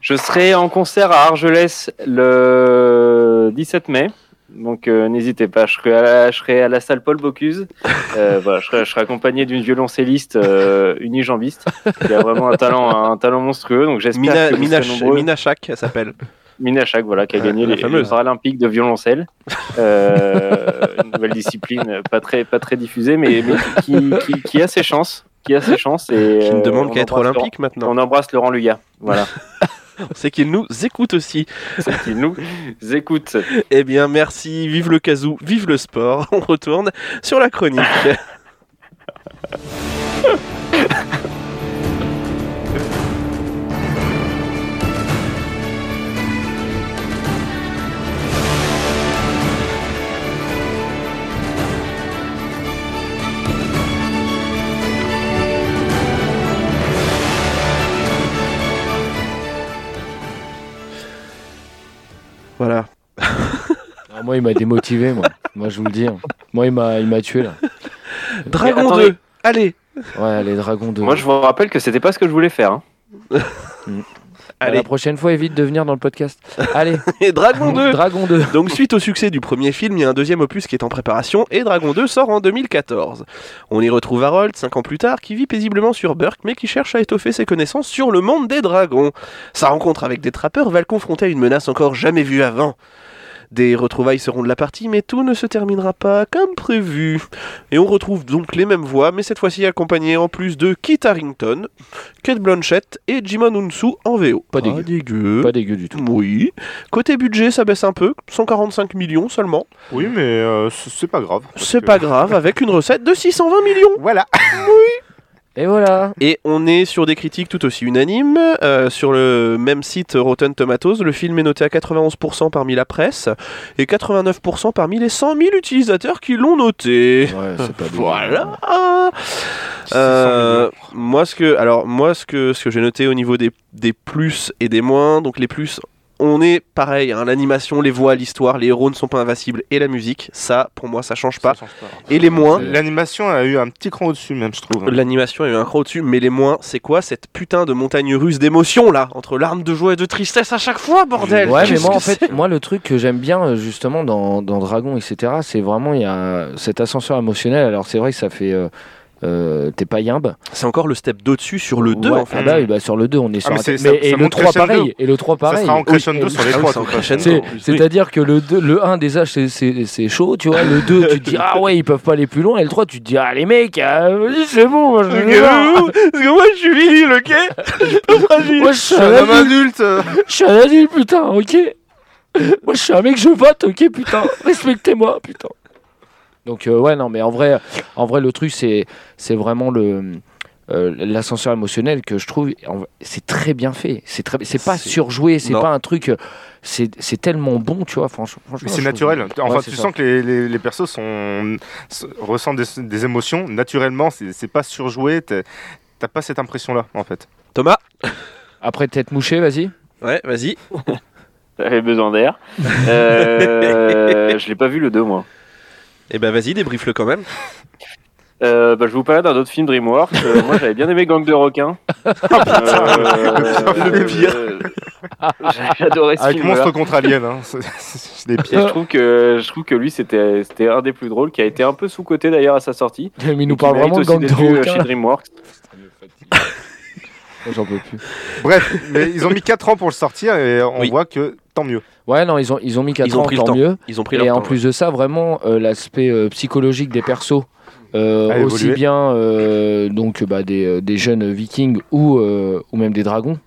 [SPEAKER 6] Je serai en concert à Argelès le 17 mai. Donc euh, n'hésitez pas, je serai, à la, je serai à la salle Paul Bocuse.
[SPEAKER 1] [LAUGHS]
[SPEAKER 6] Euh, voilà, je, serai, je serai accompagné d'une violoncelliste euh, unijambiste qui a vraiment un talent, un talent monstrueux. Donc j'espère
[SPEAKER 1] Mina,
[SPEAKER 6] que vous
[SPEAKER 1] Mina,
[SPEAKER 6] serez nombreux. Euh,
[SPEAKER 1] Mina Shak, elle s'appelle.
[SPEAKER 6] Mina Chak, voilà, qui a
[SPEAKER 1] Euh,
[SPEAKER 6] gagné
[SPEAKER 1] la
[SPEAKER 6] les,
[SPEAKER 1] fameuse.
[SPEAKER 6] les Paralympiques de violoncelle. Euh,
[SPEAKER 1] [LAUGHS]
[SPEAKER 6] une nouvelle discipline euh, pas très, pas très diffusée, mais, mais qui, qui- qui a ses chances. Qui a ses chances. Et,
[SPEAKER 1] Qui
[SPEAKER 6] euh,
[SPEAKER 1] ne demande
[SPEAKER 6] on
[SPEAKER 1] qu'à être
[SPEAKER 6] embrasse Laurent-
[SPEAKER 1] olympique maintenant.
[SPEAKER 6] On embrasse Laurent Luga. Voilà.
[SPEAKER 1] C'est qu'il nous écoute aussi.
[SPEAKER 6] C'est qui nous écoute.
[SPEAKER 1] Eh bien, merci. Vive le casou, vive le sport. [LAUGHS] On retourne sur la chronique. voilà.
[SPEAKER 3] Ah, moi, il m'a démotivé, moi. Moi, je vous le dis. hein. Moi, il m'a, il m'a tué, là.
[SPEAKER 1] Dragon
[SPEAKER 6] attendez.
[SPEAKER 1] 2. Allez.
[SPEAKER 3] Ouais, les dragons de.
[SPEAKER 6] Moi, je vous rappelle que c'était pas ce que je voulais faire. hein.
[SPEAKER 3] Bah,
[SPEAKER 1] Allez.
[SPEAKER 3] La prochaine fois, évite de venir dans le podcast.
[SPEAKER 1] [LAUGHS]
[SPEAKER 3] Allez,
[SPEAKER 1] [LAUGHS] Et Dragon 2.
[SPEAKER 3] Dragon 2.
[SPEAKER 1] Donc suite au succès du premier film, il y a un deuxième opus qui est en préparation et Dragon 2 sort en 2014. On y retrouve Harold, 5 ans plus tard, qui vit paisiblement sur Burke mais qui cherche à étoffer ses connaissances sur le monde des dragons. Sa rencontre avec des trappeurs va le confronter à une menace encore jamais vue avant. Des retrouvailles seront de la partie, mais tout ne se terminera pas comme prévu. Et on retrouve donc les mêmes voix, mais cette fois-ci accompagnées en plus de Kit Harington, Kate Blanchett et Jimon Unsu en VO.
[SPEAKER 3] Pas dégueu.
[SPEAKER 1] dégueu.
[SPEAKER 3] Pas dégueu du tout.
[SPEAKER 1] Oui. Côté budget, ça baisse un peu, 145 millions seulement.
[SPEAKER 5] Oui, mais euh, c- c'est pas grave. parce
[SPEAKER 1] C'est
[SPEAKER 5] que-
[SPEAKER 1] pas grave, avec une recette de 620 millions.
[SPEAKER 5] Voilà.
[SPEAKER 3] Et voilà.
[SPEAKER 1] Et on est sur des critiques tout aussi unanimes. Euh, sur le même site Rotten Tomatoes, le film est noté à 91% parmi la presse et 89% parmi les 100 000 utilisateurs qui l'ont noté.
[SPEAKER 3] Ouais, c'est pas dégueu.
[SPEAKER 1] Voilà. Euh, moi ce que alors moi ce que ce que j'ai noté au niveau des, des plus et des moins donc les plus on est pareil hein, l'animation les voix l'histoire les héros ne sont pas invincibles et la musique ça pour moi ça change pas
[SPEAKER 5] Ça change pas.
[SPEAKER 1] et les moins
[SPEAKER 5] L'animation a eu un petit cran au-dessus, même, je trouve.
[SPEAKER 1] L'animation est un cran au-dessus, mais les moins, c'est quoi cette putain de montagne russe d'émotions là Entre larmes de joie et de tristesse à chaque fois, bordel
[SPEAKER 3] Ouais, mais
[SPEAKER 1] Qu'est-ce
[SPEAKER 3] moi,
[SPEAKER 1] que
[SPEAKER 3] en fait,
[SPEAKER 1] c'est
[SPEAKER 3] moi, le truc que j'aime bien, euh, justement, dans, dans Dragon, etc., c'est vraiment, il y a cet ascenseur émotionnel. Alors, c'est vrai que ça fait. euh, euh, T'es pas yimbe.
[SPEAKER 1] C'est encore le step d'au-dessus sur le 2
[SPEAKER 3] Ouais,
[SPEAKER 1] en fait.
[SPEAKER 3] ah bah oui, bah, sur le 2, on est sur
[SPEAKER 5] mais
[SPEAKER 3] un-
[SPEAKER 5] c'est-
[SPEAKER 3] mais
[SPEAKER 5] ça-
[SPEAKER 3] et
[SPEAKER 5] ça
[SPEAKER 3] le
[SPEAKER 5] monte
[SPEAKER 3] 3,
[SPEAKER 5] crescendo.
[SPEAKER 3] pareil. Et le 3,
[SPEAKER 5] Ça
[SPEAKER 3] pareil.
[SPEAKER 5] sera en crescendo
[SPEAKER 1] oui.
[SPEAKER 5] sur les
[SPEAKER 1] Ah oui,
[SPEAKER 5] trois.
[SPEAKER 1] c'est
[SPEAKER 5] de
[SPEAKER 1] en
[SPEAKER 5] toute façon.
[SPEAKER 1] crescendo.
[SPEAKER 3] C'est-
[SPEAKER 1] en plus, oui.
[SPEAKER 3] C'est-à-dire que le, deux- le 1 déjà c'est- c'est c'est chaud, tu vois, le 2 tu te dis ah ouais ils peuvent pas aller plus loin et le 3 tu te dis ah les mecs euh, vas-y, c'est bon moi
[SPEAKER 1] [LAUGHS]
[SPEAKER 3] je
[SPEAKER 1] Parce
[SPEAKER 3] vais voir.
[SPEAKER 1] que vous- parce que moi je suis Lily, ok Je suis pas fragile.
[SPEAKER 3] [LAUGHS] Moi, je suis un
[SPEAKER 5] Un homme
[SPEAKER 3] adulte,
[SPEAKER 5] adulte euh,
[SPEAKER 3] je suis un adulte, putain, ok Moi je suis un mec je vote ok putain respectez-moi putain Donc euh, ouais non mais en vrai en vrai le truc c'est c'est vraiment le euh, l'ascenseur émotionnel que je trouve en vrai, c'est très bien fait c'est très c'est pas
[SPEAKER 1] C'est-
[SPEAKER 3] surjoué c'est
[SPEAKER 1] Non.
[SPEAKER 3] pas un truc euh, c'est c'est tellement bon tu vois franchement franchement,
[SPEAKER 5] Mais c'est
[SPEAKER 3] je trouve-
[SPEAKER 5] naturel. Enfin,
[SPEAKER 3] Ouais, c'est
[SPEAKER 5] tu
[SPEAKER 3] ça.
[SPEAKER 5] sens que les, les, les persos sont, s- ressentent des, des émotions naturellement. C'est c'est pas surjoué. t'es- T'as pas cette impression-là, en fait.
[SPEAKER 1] Thomas
[SPEAKER 3] Après tête mouchée, vas-y.
[SPEAKER 1] Ouais, vas-y.
[SPEAKER 6] J'avais besoin d'air. Euh, je l'ai pas vu le 2, moi.
[SPEAKER 1] Eh ben vas-y, débriefe-le quand même.
[SPEAKER 6] Euh, bah, je vous parlais d'un autre film DreamWorks. Euh, moi, j'avais bien aimé Gang de requins.
[SPEAKER 5] le pire.
[SPEAKER 6] euh, [LAUGHS] J'avais adoré ce
[SPEAKER 5] Avec
[SPEAKER 6] film.
[SPEAKER 5] Monstre contre Alien, hein. [LAUGHS] c'est c'est des
[SPEAKER 6] Et je
[SPEAKER 5] pièges.
[SPEAKER 6] trouve que je trouve que lui c'était c'était un des plus drôles qui a été un peu sous coté d'ailleurs à sa sortie.
[SPEAKER 3] Mais il nous
[SPEAKER 6] Qui
[SPEAKER 3] parle
[SPEAKER 6] mérite
[SPEAKER 3] vraiment de
[SPEAKER 6] aussi
[SPEAKER 3] gang de
[SPEAKER 6] d'être vu, euh,
[SPEAKER 3] requins.
[SPEAKER 6] chez DreamWorks.
[SPEAKER 3] Moi, J'en peux plus.
[SPEAKER 5] Bref, mais ils ont mis 4 ans pour le sortir et on
[SPEAKER 1] Oui.
[SPEAKER 5] voit que tant mieux.
[SPEAKER 3] Ouais, non, ils ont, ils ont mis 4
[SPEAKER 1] Ils ont
[SPEAKER 3] ans,
[SPEAKER 1] pris le
[SPEAKER 3] tant
[SPEAKER 1] temps.
[SPEAKER 3] mieux.
[SPEAKER 1] Ils ont pris
[SPEAKER 3] Et
[SPEAKER 1] leur
[SPEAKER 3] en
[SPEAKER 1] temps.
[SPEAKER 3] plus de ça, vraiment, euh, l'aspect euh, psychologique des persos, euh,
[SPEAKER 5] A
[SPEAKER 3] aussi
[SPEAKER 5] évolué.
[SPEAKER 3] bien euh, donc, bah, des, euh, des jeunes vikings ou, euh, ou même des dragons,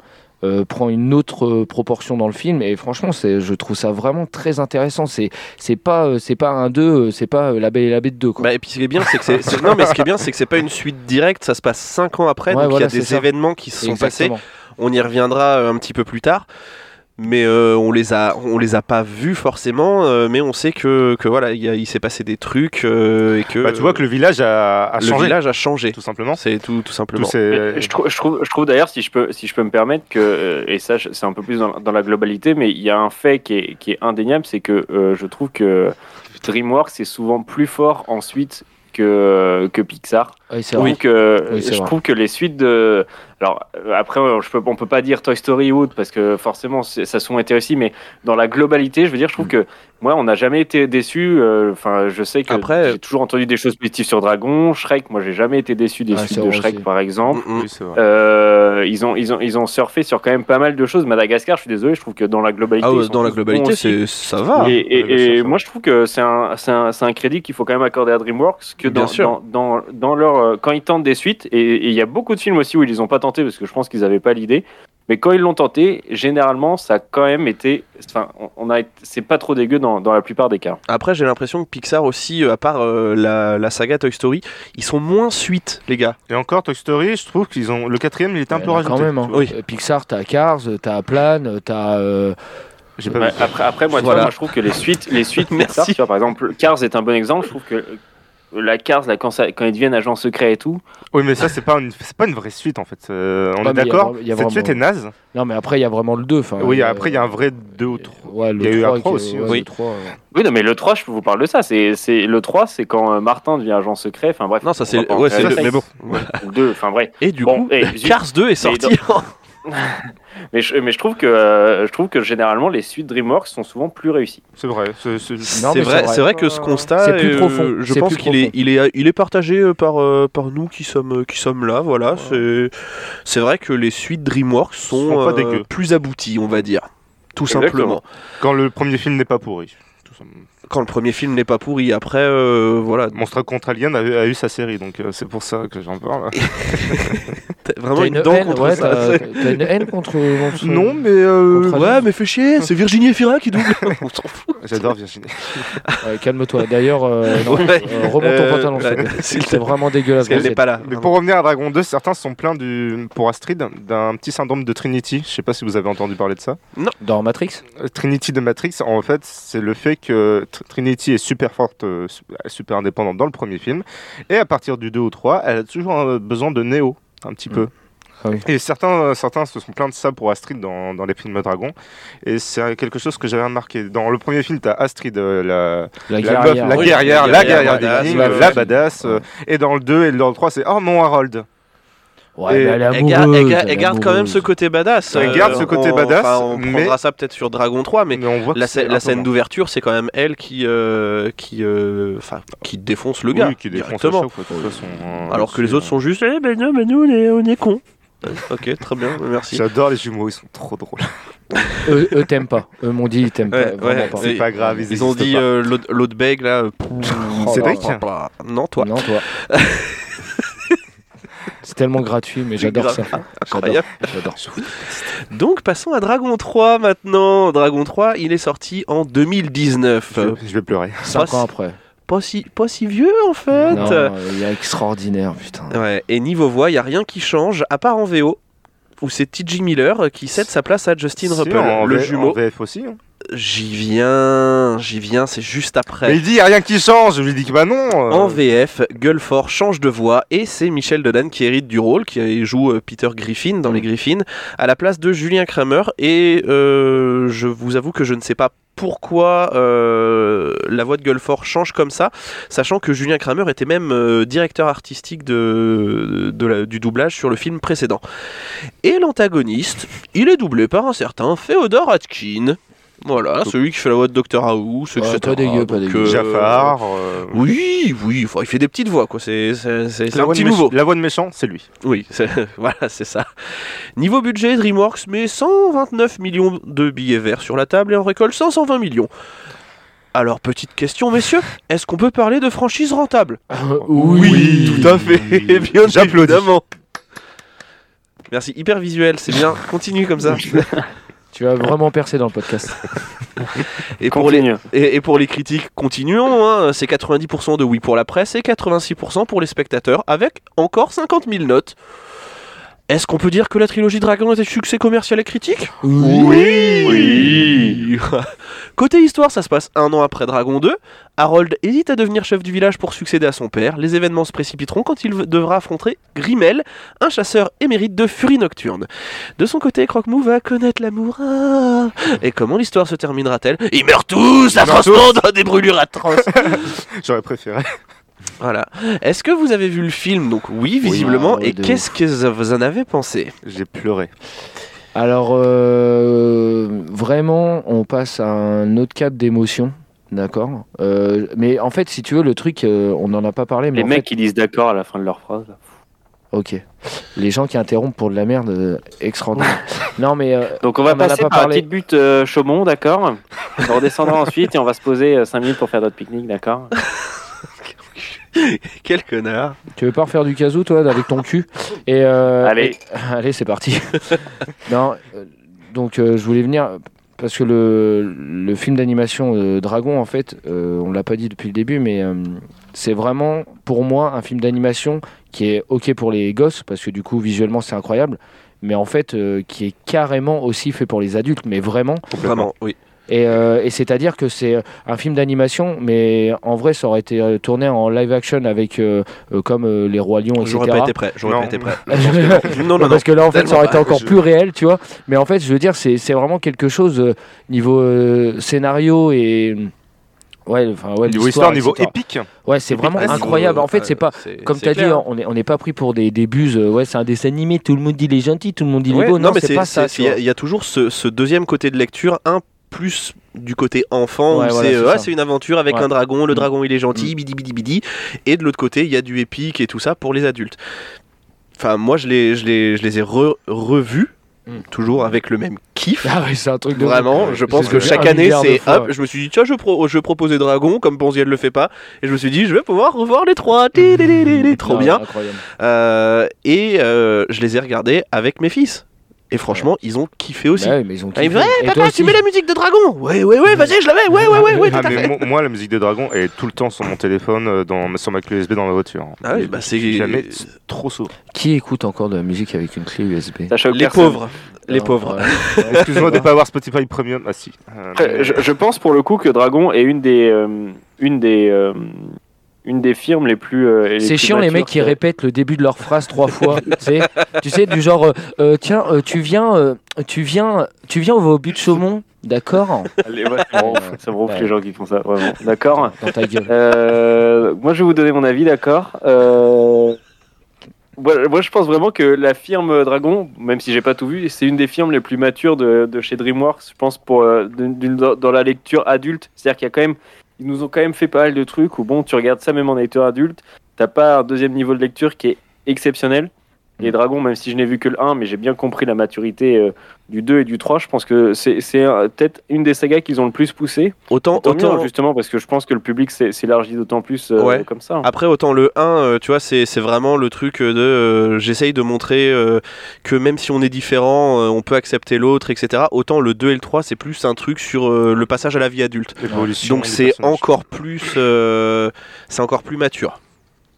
[SPEAKER 3] euh, prend une autre euh, proportion dans le film. Et franchement, c'est, je trouve ça vraiment très intéressant. C'est, c'est, pas, euh, c'est pas un 2, c'est pas euh, la belle et la bête 2. Quoi.
[SPEAKER 1] Bah, et puis ce qui est bien, c'est que c'est c'est- non, mais ce qui est bien, c'est que c'est pas une suite directe. Ça se passe 5 ans après,
[SPEAKER 3] Ouais,
[SPEAKER 1] donc il y
[SPEAKER 3] voilà,
[SPEAKER 1] a
[SPEAKER 3] c'est
[SPEAKER 1] des
[SPEAKER 3] ça.
[SPEAKER 1] événements qui se sont passés.
[SPEAKER 3] Exactement.
[SPEAKER 1] On y reviendra euh, un petit peu plus tard. Mais euh, on les a, on les a pas vus forcément. euh, mais on sait que, que voilà, il y a- il s'est passé des trucs euh, et que
[SPEAKER 5] Bah, tu vois que le village a, a
[SPEAKER 1] le
[SPEAKER 5] changé,
[SPEAKER 1] village a changé.
[SPEAKER 5] tout simplement.
[SPEAKER 1] C'est tout, tout
[SPEAKER 5] Tous
[SPEAKER 1] simplement.
[SPEAKER 3] Euh,
[SPEAKER 5] ces-
[SPEAKER 6] Je trouve, je trouve, je trouve d'ailleurs, si je peux, si je peux me permettre, que euh, et ça, je- c'est un peu plus dans, dans la globalité, mais il y a un fait qui est, qui est indéniable, c'est que euh, je trouve que DreamWorks est souvent plus fort ensuite que que Pixar.
[SPEAKER 3] Ouais, c'est
[SPEAKER 6] Je
[SPEAKER 3] vrai.
[SPEAKER 6] trouve que,
[SPEAKER 3] Oui, c'est
[SPEAKER 6] je
[SPEAKER 3] vrai.
[SPEAKER 6] trouve que les suites de. Alors, euh, après, euh, je peux, on peut pas dire Toy Story ou autre, parce que forcément, c'est- ça a souvent été réussi, mais dans la globalité, je veux dire, je trouve
[SPEAKER 3] Mm.
[SPEAKER 6] que moi, on n'a jamais été déçu. euh, Enfin, je sais que
[SPEAKER 1] Après-
[SPEAKER 6] j'ai toujours entendu des choses positives sur Dragon, Shrek. Moi, j'ai jamais été déçu des
[SPEAKER 3] Ah, c'est
[SPEAKER 6] suites de
[SPEAKER 3] vrai
[SPEAKER 6] Shrek,
[SPEAKER 3] aussi.
[SPEAKER 6] par exemple.
[SPEAKER 1] Mm, mm.
[SPEAKER 5] Oui, c'est vrai.
[SPEAKER 6] Euh, ils, ont, ils, ont, ils ont surfé sur quand même pas mal de choses. Madagascar, je suis désolé, je trouve que dans la globalité.
[SPEAKER 1] Ah ouais,
[SPEAKER 6] ils sont
[SPEAKER 1] dans la
[SPEAKER 6] tous bons
[SPEAKER 1] globalité, c'est-
[SPEAKER 6] aussi.
[SPEAKER 1] ça va.
[SPEAKER 6] Et, et-
[SPEAKER 5] Ouais, bien sûr,
[SPEAKER 6] et
[SPEAKER 5] ça va.
[SPEAKER 6] moi, je trouve que c'est un, c'est un, c'est un crédit qu'il faut quand même accorder à DreamWorks, que
[SPEAKER 1] Bien
[SPEAKER 6] dans,
[SPEAKER 1] sûr.
[SPEAKER 6] dans, dans, dans leur, euh, quand ils tentent des suites, et et il y a beaucoup de films aussi où ils les ont pas tentés parce que je pense qu'ils n'avaient pas l'idée, mais quand ils l'ont tenté, généralement, ça a quand même été, enfin, on- on a, été- c'est pas trop dégueu dans, dans la plupart des cas.
[SPEAKER 1] Après, j'ai l'impression que Pixar aussi, euh, à part euh, la, la saga Toy Story, ils sont moins suites, les gars.
[SPEAKER 5] Et encore, Toy Story, je trouve qu'ils ont. Le quatrième, il était un
[SPEAKER 3] Ouais,
[SPEAKER 5] peu
[SPEAKER 3] là,
[SPEAKER 5] rajouté.
[SPEAKER 3] Quand même, hein.
[SPEAKER 5] tu vois.
[SPEAKER 1] Oui.
[SPEAKER 3] Euh, Pixar, t'as Cars, euh, t'as Plan, euh, t'as. euh,
[SPEAKER 5] J'ai pas
[SPEAKER 6] Ouais,
[SPEAKER 5] vu.
[SPEAKER 6] après, après, moi, tu
[SPEAKER 1] Voilà.
[SPEAKER 6] vois, moi, je trouve que les suites, les suites
[SPEAKER 1] Merci.
[SPEAKER 6] Pixar, tu vois, par exemple, Cars est un bon exemple. Je trouve que la Cars, là, quand, ça- quand ils deviennent agents secrets et tout,
[SPEAKER 5] Oui, mais ça, c'est pas, une... c'est pas une vraie suite en fait. Euh, on
[SPEAKER 3] Ouais,
[SPEAKER 5] est
[SPEAKER 3] mais il y a
[SPEAKER 5] d'accord
[SPEAKER 3] vra- il y a
[SPEAKER 5] Cette suite est
[SPEAKER 3] vraiment-
[SPEAKER 5] naze.
[SPEAKER 3] Non, mais après, il y a vraiment le 2. enfin,
[SPEAKER 5] oui,
[SPEAKER 3] euh,
[SPEAKER 5] après, il y a un vrai deux ou trois.
[SPEAKER 3] Ouais, le
[SPEAKER 5] Il y a eu un
[SPEAKER 3] 3
[SPEAKER 5] trois aussi,
[SPEAKER 3] Ouais,
[SPEAKER 5] oui.
[SPEAKER 3] le 3, ouais.
[SPEAKER 6] Oui, non, mais le 3, je vous parle de ça. C'est, c'est, le 3, c'est quand euh, Martin devient agent secret. Enfin, bref.
[SPEAKER 1] Non, ça,
[SPEAKER 6] on
[SPEAKER 1] c'est-
[SPEAKER 6] va pas en
[SPEAKER 1] ouais,
[SPEAKER 6] parler.
[SPEAKER 1] c'est
[SPEAKER 5] Ça,
[SPEAKER 1] le-
[SPEAKER 5] c'est- mais bon.
[SPEAKER 6] Ou deux, enfin, bref.
[SPEAKER 1] Et du
[SPEAKER 6] Bon,
[SPEAKER 1] coup, euh,
[SPEAKER 6] et zut.
[SPEAKER 1] Cars 2 est sorti.
[SPEAKER 6] Mais je, mais je trouve que, euh, je trouve que généralement, les suites DreamWorks sont souvent plus réussies.
[SPEAKER 5] C'est vrai. c'est- c'est-
[SPEAKER 3] Non,
[SPEAKER 1] C'est
[SPEAKER 3] mais
[SPEAKER 1] vrai,
[SPEAKER 3] c'est vrai.
[SPEAKER 1] c'est vrai que ce constat,
[SPEAKER 3] C'est plus
[SPEAKER 1] euh,
[SPEAKER 3] profond,
[SPEAKER 1] je
[SPEAKER 3] c'est
[SPEAKER 1] pense
[SPEAKER 3] plus
[SPEAKER 1] qu'il est,
[SPEAKER 3] profond.
[SPEAKER 1] il est, il est partagé euh, par, euh, par nous qui sommes, qui sommes là. Voilà, c'est, c'est vrai que les suites DreamWorks sont,
[SPEAKER 5] Sont pas
[SPEAKER 1] euh,
[SPEAKER 5] dégueu.
[SPEAKER 1] plus abouties, on va dire, tout
[SPEAKER 6] Exactement.
[SPEAKER 1] simplement.
[SPEAKER 5] Quand le premier film n'est pas pourri. Tout simplement.
[SPEAKER 1] Quand le premier film n'est pas pourri, après, euh, voilà,
[SPEAKER 5] Monstre contre Alien a, a eu sa série, donc euh, c'est pour ça que j'en parle.
[SPEAKER 1] t'as
[SPEAKER 3] T'as
[SPEAKER 1] vraiment une,
[SPEAKER 3] une
[SPEAKER 1] dent
[SPEAKER 3] haine,
[SPEAKER 1] contre
[SPEAKER 3] ouais,
[SPEAKER 1] ça. [LAUGHS]
[SPEAKER 3] t'as- t'as- t'as une haine contre. contre-
[SPEAKER 5] non, mais euh,
[SPEAKER 3] Contre
[SPEAKER 1] Ouais, mais fais chier, c'est Virginie Efira
[SPEAKER 3] [LAUGHS]
[SPEAKER 1] qui double. [LAUGHS] on s'en fout.
[SPEAKER 5] j'adore Virginie.
[SPEAKER 3] Ouais, Calme-toi.
[SPEAKER 1] [LAUGHS]
[SPEAKER 3] D'ailleurs, euh, non,
[SPEAKER 1] Ouais.
[SPEAKER 3] euh, remonte
[SPEAKER 1] Euh,
[SPEAKER 3] ton pantalon. s'il te
[SPEAKER 1] ouais, [LAUGHS]
[SPEAKER 3] plaît.
[SPEAKER 1] s'il te
[SPEAKER 3] C'est
[SPEAKER 1] plaît.
[SPEAKER 3] vraiment
[SPEAKER 1] Parce
[SPEAKER 3] dégueulasse.
[SPEAKER 1] qu'elle
[SPEAKER 3] Rosette.
[SPEAKER 1] n'est pas là.
[SPEAKER 5] Mais pour revenir à Dragon 2, certains sont pleins du, pour Astrid d'un petit syndrome de Trinity. Je sais pas si vous avez entendu parler de ça.
[SPEAKER 3] Dans Matrix
[SPEAKER 5] Euh, Trinity de Matrix, en fait, c'est le fait que Tr- Trinity est super forte, euh, su- super indépendante dans le premier film, et à partir du 2 ou 3, elle a toujours euh, besoin de Neo, un
[SPEAKER 1] Mm.
[SPEAKER 5] petit peu.
[SPEAKER 3] Ah oui.
[SPEAKER 5] Et certains, euh, certains se sont plaints de ça pour Astrid dans, dans les films Dragon. Et c'est quelque chose que j'avais remarqué. Dans le premier film, tu as Astrid, euh, la,
[SPEAKER 3] La
[SPEAKER 5] la meuf,
[SPEAKER 3] guerrière.
[SPEAKER 5] la
[SPEAKER 1] Oui,
[SPEAKER 5] guerrière,
[SPEAKER 1] la
[SPEAKER 5] la
[SPEAKER 1] guerrière
[SPEAKER 5] guerrière des
[SPEAKER 1] badass,
[SPEAKER 5] Vikings,
[SPEAKER 3] ouais.
[SPEAKER 5] la badass. euh, Et dans le 2 et dans le 3, c'est Oh mon Harold.
[SPEAKER 3] Ouais, mais elle est
[SPEAKER 1] Elle garde,
[SPEAKER 3] amoureuse,
[SPEAKER 1] elle garde-
[SPEAKER 3] elle est
[SPEAKER 1] elle garde quand même ce
[SPEAKER 3] amoureuse.
[SPEAKER 1] côté badass. euh,
[SPEAKER 5] Elle garde ce côté
[SPEAKER 1] on-
[SPEAKER 5] badass,
[SPEAKER 1] enfin, on
[SPEAKER 5] mais-
[SPEAKER 1] prendra ça peut-être sur Dragon 3, mais
[SPEAKER 5] on voit que
[SPEAKER 1] la,
[SPEAKER 5] c'est
[SPEAKER 1] scè- la
[SPEAKER 5] un peu
[SPEAKER 1] scène
[SPEAKER 5] moins.
[SPEAKER 1] d'ouverture, c'est quand même elle qui, euh, qui, euh, enfin, qui défonce le gars
[SPEAKER 5] Oui, qui défonce à
[SPEAKER 1] directement.
[SPEAKER 5] chaque fois, de toute façon, hein,
[SPEAKER 1] Alors que les
[SPEAKER 5] c'est-
[SPEAKER 1] autres sont juste, eh ben non, mais nous on est, on est cons. Euh, ok, très bien, merci.
[SPEAKER 5] J'adore les jumeaux, ils sont trop drôles.
[SPEAKER 3] Eux, eux t'aiment pas. Eux m'ont dit, ils t'aiment
[SPEAKER 1] Ouais,
[SPEAKER 3] pas. vraiment
[SPEAKER 1] ouais,
[SPEAKER 3] pas.
[SPEAKER 1] c'est-
[SPEAKER 5] C'est pas grave, ils,
[SPEAKER 1] Ils ont
[SPEAKER 5] existent
[SPEAKER 1] dit
[SPEAKER 5] pas.
[SPEAKER 1] euh, l'autre l'autre bègue là. [LAUGHS] euh,
[SPEAKER 3] Oh,
[SPEAKER 5] Cédric
[SPEAKER 1] bah, bah, bah, Non, toi. [LAUGHS]
[SPEAKER 3] Non, toi. c'est tellement gratuit, mais j'adore ça.
[SPEAKER 1] incroyable.
[SPEAKER 3] J'adore.
[SPEAKER 1] Ah, bah, Donc passons à Dragon 3 maintenant. Dragon 3, il est sorti en 2019.
[SPEAKER 5] Je vais- je vais pleurer.
[SPEAKER 3] 5
[SPEAKER 1] Pas
[SPEAKER 3] ans
[SPEAKER 1] si-
[SPEAKER 3] après.
[SPEAKER 1] Pas si, pas si vieux en fait.
[SPEAKER 3] Non, euh, il est extraordinaire, putain.
[SPEAKER 1] Ouais, et niveau voix, il n'y a rien qui change, à part en VO, où c'est T.J. Miller qui cède sa place à Justin
[SPEAKER 5] Si,
[SPEAKER 1] Ruppel,
[SPEAKER 5] en
[SPEAKER 1] le
[SPEAKER 5] V- en
[SPEAKER 1] jumeau.
[SPEAKER 5] VF aussi. hein.
[SPEAKER 1] J'y viens, j'y viens, c'est juste après.
[SPEAKER 5] Mais il dit, y a rien qui change. Je lui dis que bah non. euh,
[SPEAKER 1] En VF, Gullford change de voix et c'est Michel Dodan qui hérite du rôle, qui joue euh, Peter Griffin
[SPEAKER 3] Mm.
[SPEAKER 1] dans les Griffins, à la place de Julien Kramer. Et euh, je vous avoue que je ne sais pas pourquoi euh, la voix de Gullford change comme ça, sachant que Julien Kramer était même euh, directeur artistique de, de la- du doublage sur le film précédent. Et l'antagoniste, il est doublé par un certain Féodor Atkin. Voilà, celui qui fait la voix de Doctor House,
[SPEAKER 3] Ouais,
[SPEAKER 1] etc.
[SPEAKER 3] pas dégueu, pas
[SPEAKER 1] Donc,
[SPEAKER 3] dégueu.
[SPEAKER 1] euh,
[SPEAKER 5] Jafar. euh,
[SPEAKER 1] oui, oui, enfin, il fait des petites voix, quoi. C'est c'est- c'est- c'est
[SPEAKER 5] la
[SPEAKER 1] un
[SPEAKER 5] voix de
[SPEAKER 1] petit
[SPEAKER 5] méch-
[SPEAKER 1] nouveau.
[SPEAKER 5] La voix de méchant, c'est lui.
[SPEAKER 1] Oui, c'est- [LAUGHS] voilà, c'est ça. Niveau budget, DreamWorks met 129 millions de billets verts sur la table et en récolte 120 millions. Alors, petite question, messieurs, est-ce qu'on peut parler de franchise rentable
[SPEAKER 5] tout
[SPEAKER 1] [LAUGHS]
[SPEAKER 5] à fait. Bien J'applaudis.
[SPEAKER 1] évidemment. Merci, hyper visuel, c'est bien, continue comme ça.
[SPEAKER 3] Tu vas vraiment percer dans le podcast.
[SPEAKER 1] Et pour, les,
[SPEAKER 6] Continue.
[SPEAKER 1] et, et pour les critiques, continuons, hein, c'est 90% de oui pour la presse et 86% pour les spectateurs, avec encore 50 000 notes. Est-ce qu'on peut dire que la trilogie Dragon est un succès commercial et critique
[SPEAKER 6] Oui.
[SPEAKER 1] [LAUGHS] Côté histoire, ça se passe un an après Dragon 2. Harold hésite à devenir chef du village pour succéder à son père. Les événements se précipiteront quand il devra affronter Grimel, un chasseur émérite de furie nocturne. De son côté, Croque-Mou va connaître l'amour. Ah. Et comment l'histoire se terminera-t-elle Ils meurent tous, atrocement, dans des brûlures atroces. [LAUGHS]
[SPEAKER 5] J'aurais préféré.
[SPEAKER 1] Voilà. Est-ce que vous avez vu le film Donc oui, visiblement.
[SPEAKER 3] ouais,
[SPEAKER 1] et
[SPEAKER 3] de
[SPEAKER 1] qu'est-ce que vous en avez pensé
[SPEAKER 5] J'ai pleuré.
[SPEAKER 3] Alors, euh, vraiment, on passe à un autre cap d'émotion. D'accord. Euh, mais en fait, si tu veux, le truc, euh, on n'en a pas parlé. Mais
[SPEAKER 6] Les
[SPEAKER 3] en
[SPEAKER 6] mecs, qui disent d'accord à la fin de leur phrase. là.
[SPEAKER 3] fait- ok. Les gens qui interrompent pour de la merde, euh,
[SPEAKER 6] [LAUGHS]
[SPEAKER 3] extraordinaire. non, mais euh,
[SPEAKER 6] Donc on va
[SPEAKER 3] On en a
[SPEAKER 6] passer
[SPEAKER 3] pas
[SPEAKER 6] par la
[SPEAKER 3] parlé.
[SPEAKER 6] petite butte euh, Chaumont,
[SPEAKER 3] [LAUGHS]
[SPEAKER 6] d'accord On va redescendre ensuite et on va se poser 5 minutes pour faire notre pique-nique, d'accord
[SPEAKER 1] Quel connard
[SPEAKER 3] tu veux pas refaire du casou, toi, avec ton cul Et euh,
[SPEAKER 6] Allez.
[SPEAKER 3] Allez, c'est parti. [LAUGHS] non, euh, donc euh, je voulais venir parce que le, le film d'animation euh, Dragon, en fait, euh, on l'a pas dit depuis le début, mais euh, c'est vraiment pour moi un film d'animation qui est ok pour les gosses parce que du coup visuellement c'est incroyable, mais en fait euh, qui est carrément aussi fait pour les adultes, mais vraiment.
[SPEAKER 1] Vraiment, oui.
[SPEAKER 3] Et, euh, et c'est-à-dire que c'est euh, un film d'animation, mais en vrai, ça aurait été euh, tourné en live action avec euh, euh, comme euh, les rois lions, etc.
[SPEAKER 1] J'aurais pas été prêt. J'aurais
[SPEAKER 5] Non.
[SPEAKER 1] pas été
[SPEAKER 3] [LAUGHS]
[SPEAKER 5] [LAUGHS]
[SPEAKER 1] prêt.
[SPEAKER 3] Non,
[SPEAKER 1] Non, non, non.
[SPEAKER 3] parce que là, en fait, ça aurait été
[SPEAKER 1] Tellement Ah,
[SPEAKER 3] encore
[SPEAKER 5] pas, je-
[SPEAKER 3] plus réel, tu vois. Mais en fait, je veux dire, c'est c'est vraiment quelque chose euh, niveau euh, scénario et. euh, Ouais, enfin, ouais,
[SPEAKER 5] Niveau histoire, niveau
[SPEAKER 3] etc.
[SPEAKER 5] épique.
[SPEAKER 3] Ouais, c'est vraiment
[SPEAKER 1] Ah,
[SPEAKER 3] incroyable.
[SPEAKER 1] euh,
[SPEAKER 3] En fait, c'est pas. Comme
[SPEAKER 1] c'est
[SPEAKER 3] tu as dit,
[SPEAKER 1] clair.
[SPEAKER 3] on n'est on n'est pas pris pour des, des buses. euh, Ouais, c'est un dessin animé, tout le monde dit il est gentil, tout le monde dit il
[SPEAKER 1] Ouais,
[SPEAKER 3] est beau.
[SPEAKER 1] non,
[SPEAKER 3] Non,
[SPEAKER 1] mais
[SPEAKER 3] c'est pas ça. tu
[SPEAKER 1] Il y, a-
[SPEAKER 3] vois.
[SPEAKER 1] il y a toujours ce, ce deuxième côté de lecture, un plus du côté enfant,
[SPEAKER 3] Ouais,
[SPEAKER 1] où
[SPEAKER 3] voilà,
[SPEAKER 1] c'est
[SPEAKER 3] c'est
[SPEAKER 1] euh, ah,
[SPEAKER 3] ça.
[SPEAKER 1] c'est une aventure avec
[SPEAKER 3] Ouais.
[SPEAKER 1] un dragon, le
[SPEAKER 3] Mm.
[SPEAKER 1] dragon il est gentil, bidi bidi bidi. Et de l'autre côté, il y a du épique et tout ça pour les adultes. Enfin, moi je les, je les, je les ai re- revus,
[SPEAKER 3] Mm.
[SPEAKER 1] toujours avec le même kiff.
[SPEAKER 3] Ah ouais, c'est un truc de.
[SPEAKER 1] Vraiment, je pense
[SPEAKER 3] C'est
[SPEAKER 1] que
[SPEAKER 3] vrai.
[SPEAKER 1] chaque
[SPEAKER 3] Un
[SPEAKER 1] année,
[SPEAKER 3] milliard de
[SPEAKER 1] c'est
[SPEAKER 3] fois,
[SPEAKER 1] hop.
[SPEAKER 3] ouais.
[SPEAKER 1] Je me suis dit, tiens, je, pro- je proposais Dragon, comme Ponziel le fait pas, et je me suis dit, je vais pouvoir revoir les trois. Ti, li, li, li, li. Trop
[SPEAKER 3] Non,
[SPEAKER 1] bien.
[SPEAKER 3] incroyable.
[SPEAKER 1] Euh, et euh, je les ai regardés avec mes fils. Et franchement, ils ont kiffé aussi.
[SPEAKER 3] Bah ouais, mais ils ont
[SPEAKER 1] Ah, il me
[SPEAKER 3] kiffé.
[SPEAKER 1] dit,
[SPEAKER 3] Et
[SPEAKER 1] Eh,
[SPEAKER 3] toi
[SPEAKER 1] papa,
[SPEAKER 3] aussi
[SPEAKER 1] tu mets la musique de Dragon Ouais, ouais, ouais, vas-y, je la mets, ouais, ouais, ouais, ouais, tout
[SPEAKER 5] Ah,
[SPEAKER 1] à
[SPEAKER 5] mais
[SPEAKER 1] fait.
[SPEAKER 5] mo- moi, la musique des dragons est tout le temps sur mon téléphone, euh, dans, sur ma clé USB dans ma voiture.
[SPEAKER 1] Ah oui, bah, c'est-
[SPEAKER 5] Jamais trop souvent.
[SPEAKER 3] Qui écoute encore de la musique avec une clé USB
[SPEAKER 6] Ça choque
[SPEAKER 1] Les
[SPEAKER 6] personne.
[SPEAKER 1] pauvres, les
[SPEAKER 3] Ah,
[SPEAKER 1] pauvres.
[SPEAKER 3] ouais.
[SPEAKER 5] Excuse-moi de pas avoir Spotify Premium. Ah si. Euh,
[SPEAKER 6] Après, je, je pense pour le coup que Dragon est une des, euh, une des, euh, une des firmes les plus. euh, les
[SPEAKER 3] C'est
[SPEAKER 6] plus
[SPEAKER 3] chiant les
[SPEAKER 6] matures
[SPEAKER 3] mecs qui
[SPEAKER 6] que-
[SPEAKER 3] répètent le début de leur phrase
[SPEAKER 1] [LAUGHS]
[SPEAKER 3] trois fois. tu, sais, tu sais, du genre, euh, euh, tiens, euh, tu viens, euh, tu viens, tu viens au but de Chaumont, d'accord
[SPEAKER 6] Allez, ouais, ça me ronfle, ça me ronfle les gens qui font ça, vraiment. D'accord.
[SPEAKER 3] Dans ta gueule.
[SPEAKER 6] Euh, moi, je vais vous donner mon avis, d'accord. Euh, Moi, moi, je pense vraiment que la firme Dragon, même si j'ai pas tout vu, c'est une des firmes les plus matures de, de chez DreamWorks, je pense, pour, euh, d'une- d'une- dans la lecture adulte. C'est-à-dire qu'il y a quand même, ils nous ont quand même fait pas mal de trucs où, bon, tu regardes ça même en lecture adulte, t'as pas un deuxième niveau de lecture qui est exceptionnel. Et Dragon, même si je n'ai vu que le 1, mais j'ai bien compris la maturité euh, du 2 et du 3, je pense que c'est c'est, euh, peut-être une des sagas qu'ils ont le plus poussé.
[SPEAKER 1] Autant,
[SPEAKER 6] Tant
[SPEAKER 1] autant,
[SPEAKER 6] mieux, justement, parce que je pense que le public s'é- s'élargit d'autant plus euh,
[SPEAKER 1] hein. Ouais. Ah.
[SPEAKER 6] comme ça.
[SPEAKER 1] Après, autant le 1, euh, tu vois, c'est c'est vraiment le truc euh, de. euh, J'essaye de montrer euh, que même si on est différent, euh, on peut accepter l'autre, etc. Autant le 2 et le 3, c'est plus un truc sur euh, le passage à la vie adulte.
[SPEAKER 5] l'évolution
[SPEAKER 1] Donc
[SPEAKER 5] du
[SPEAKER 1] c'est
[SPEAKER 5] personnage.
[SPEAKER 1] encore plus. euh, c'est encore plus mature.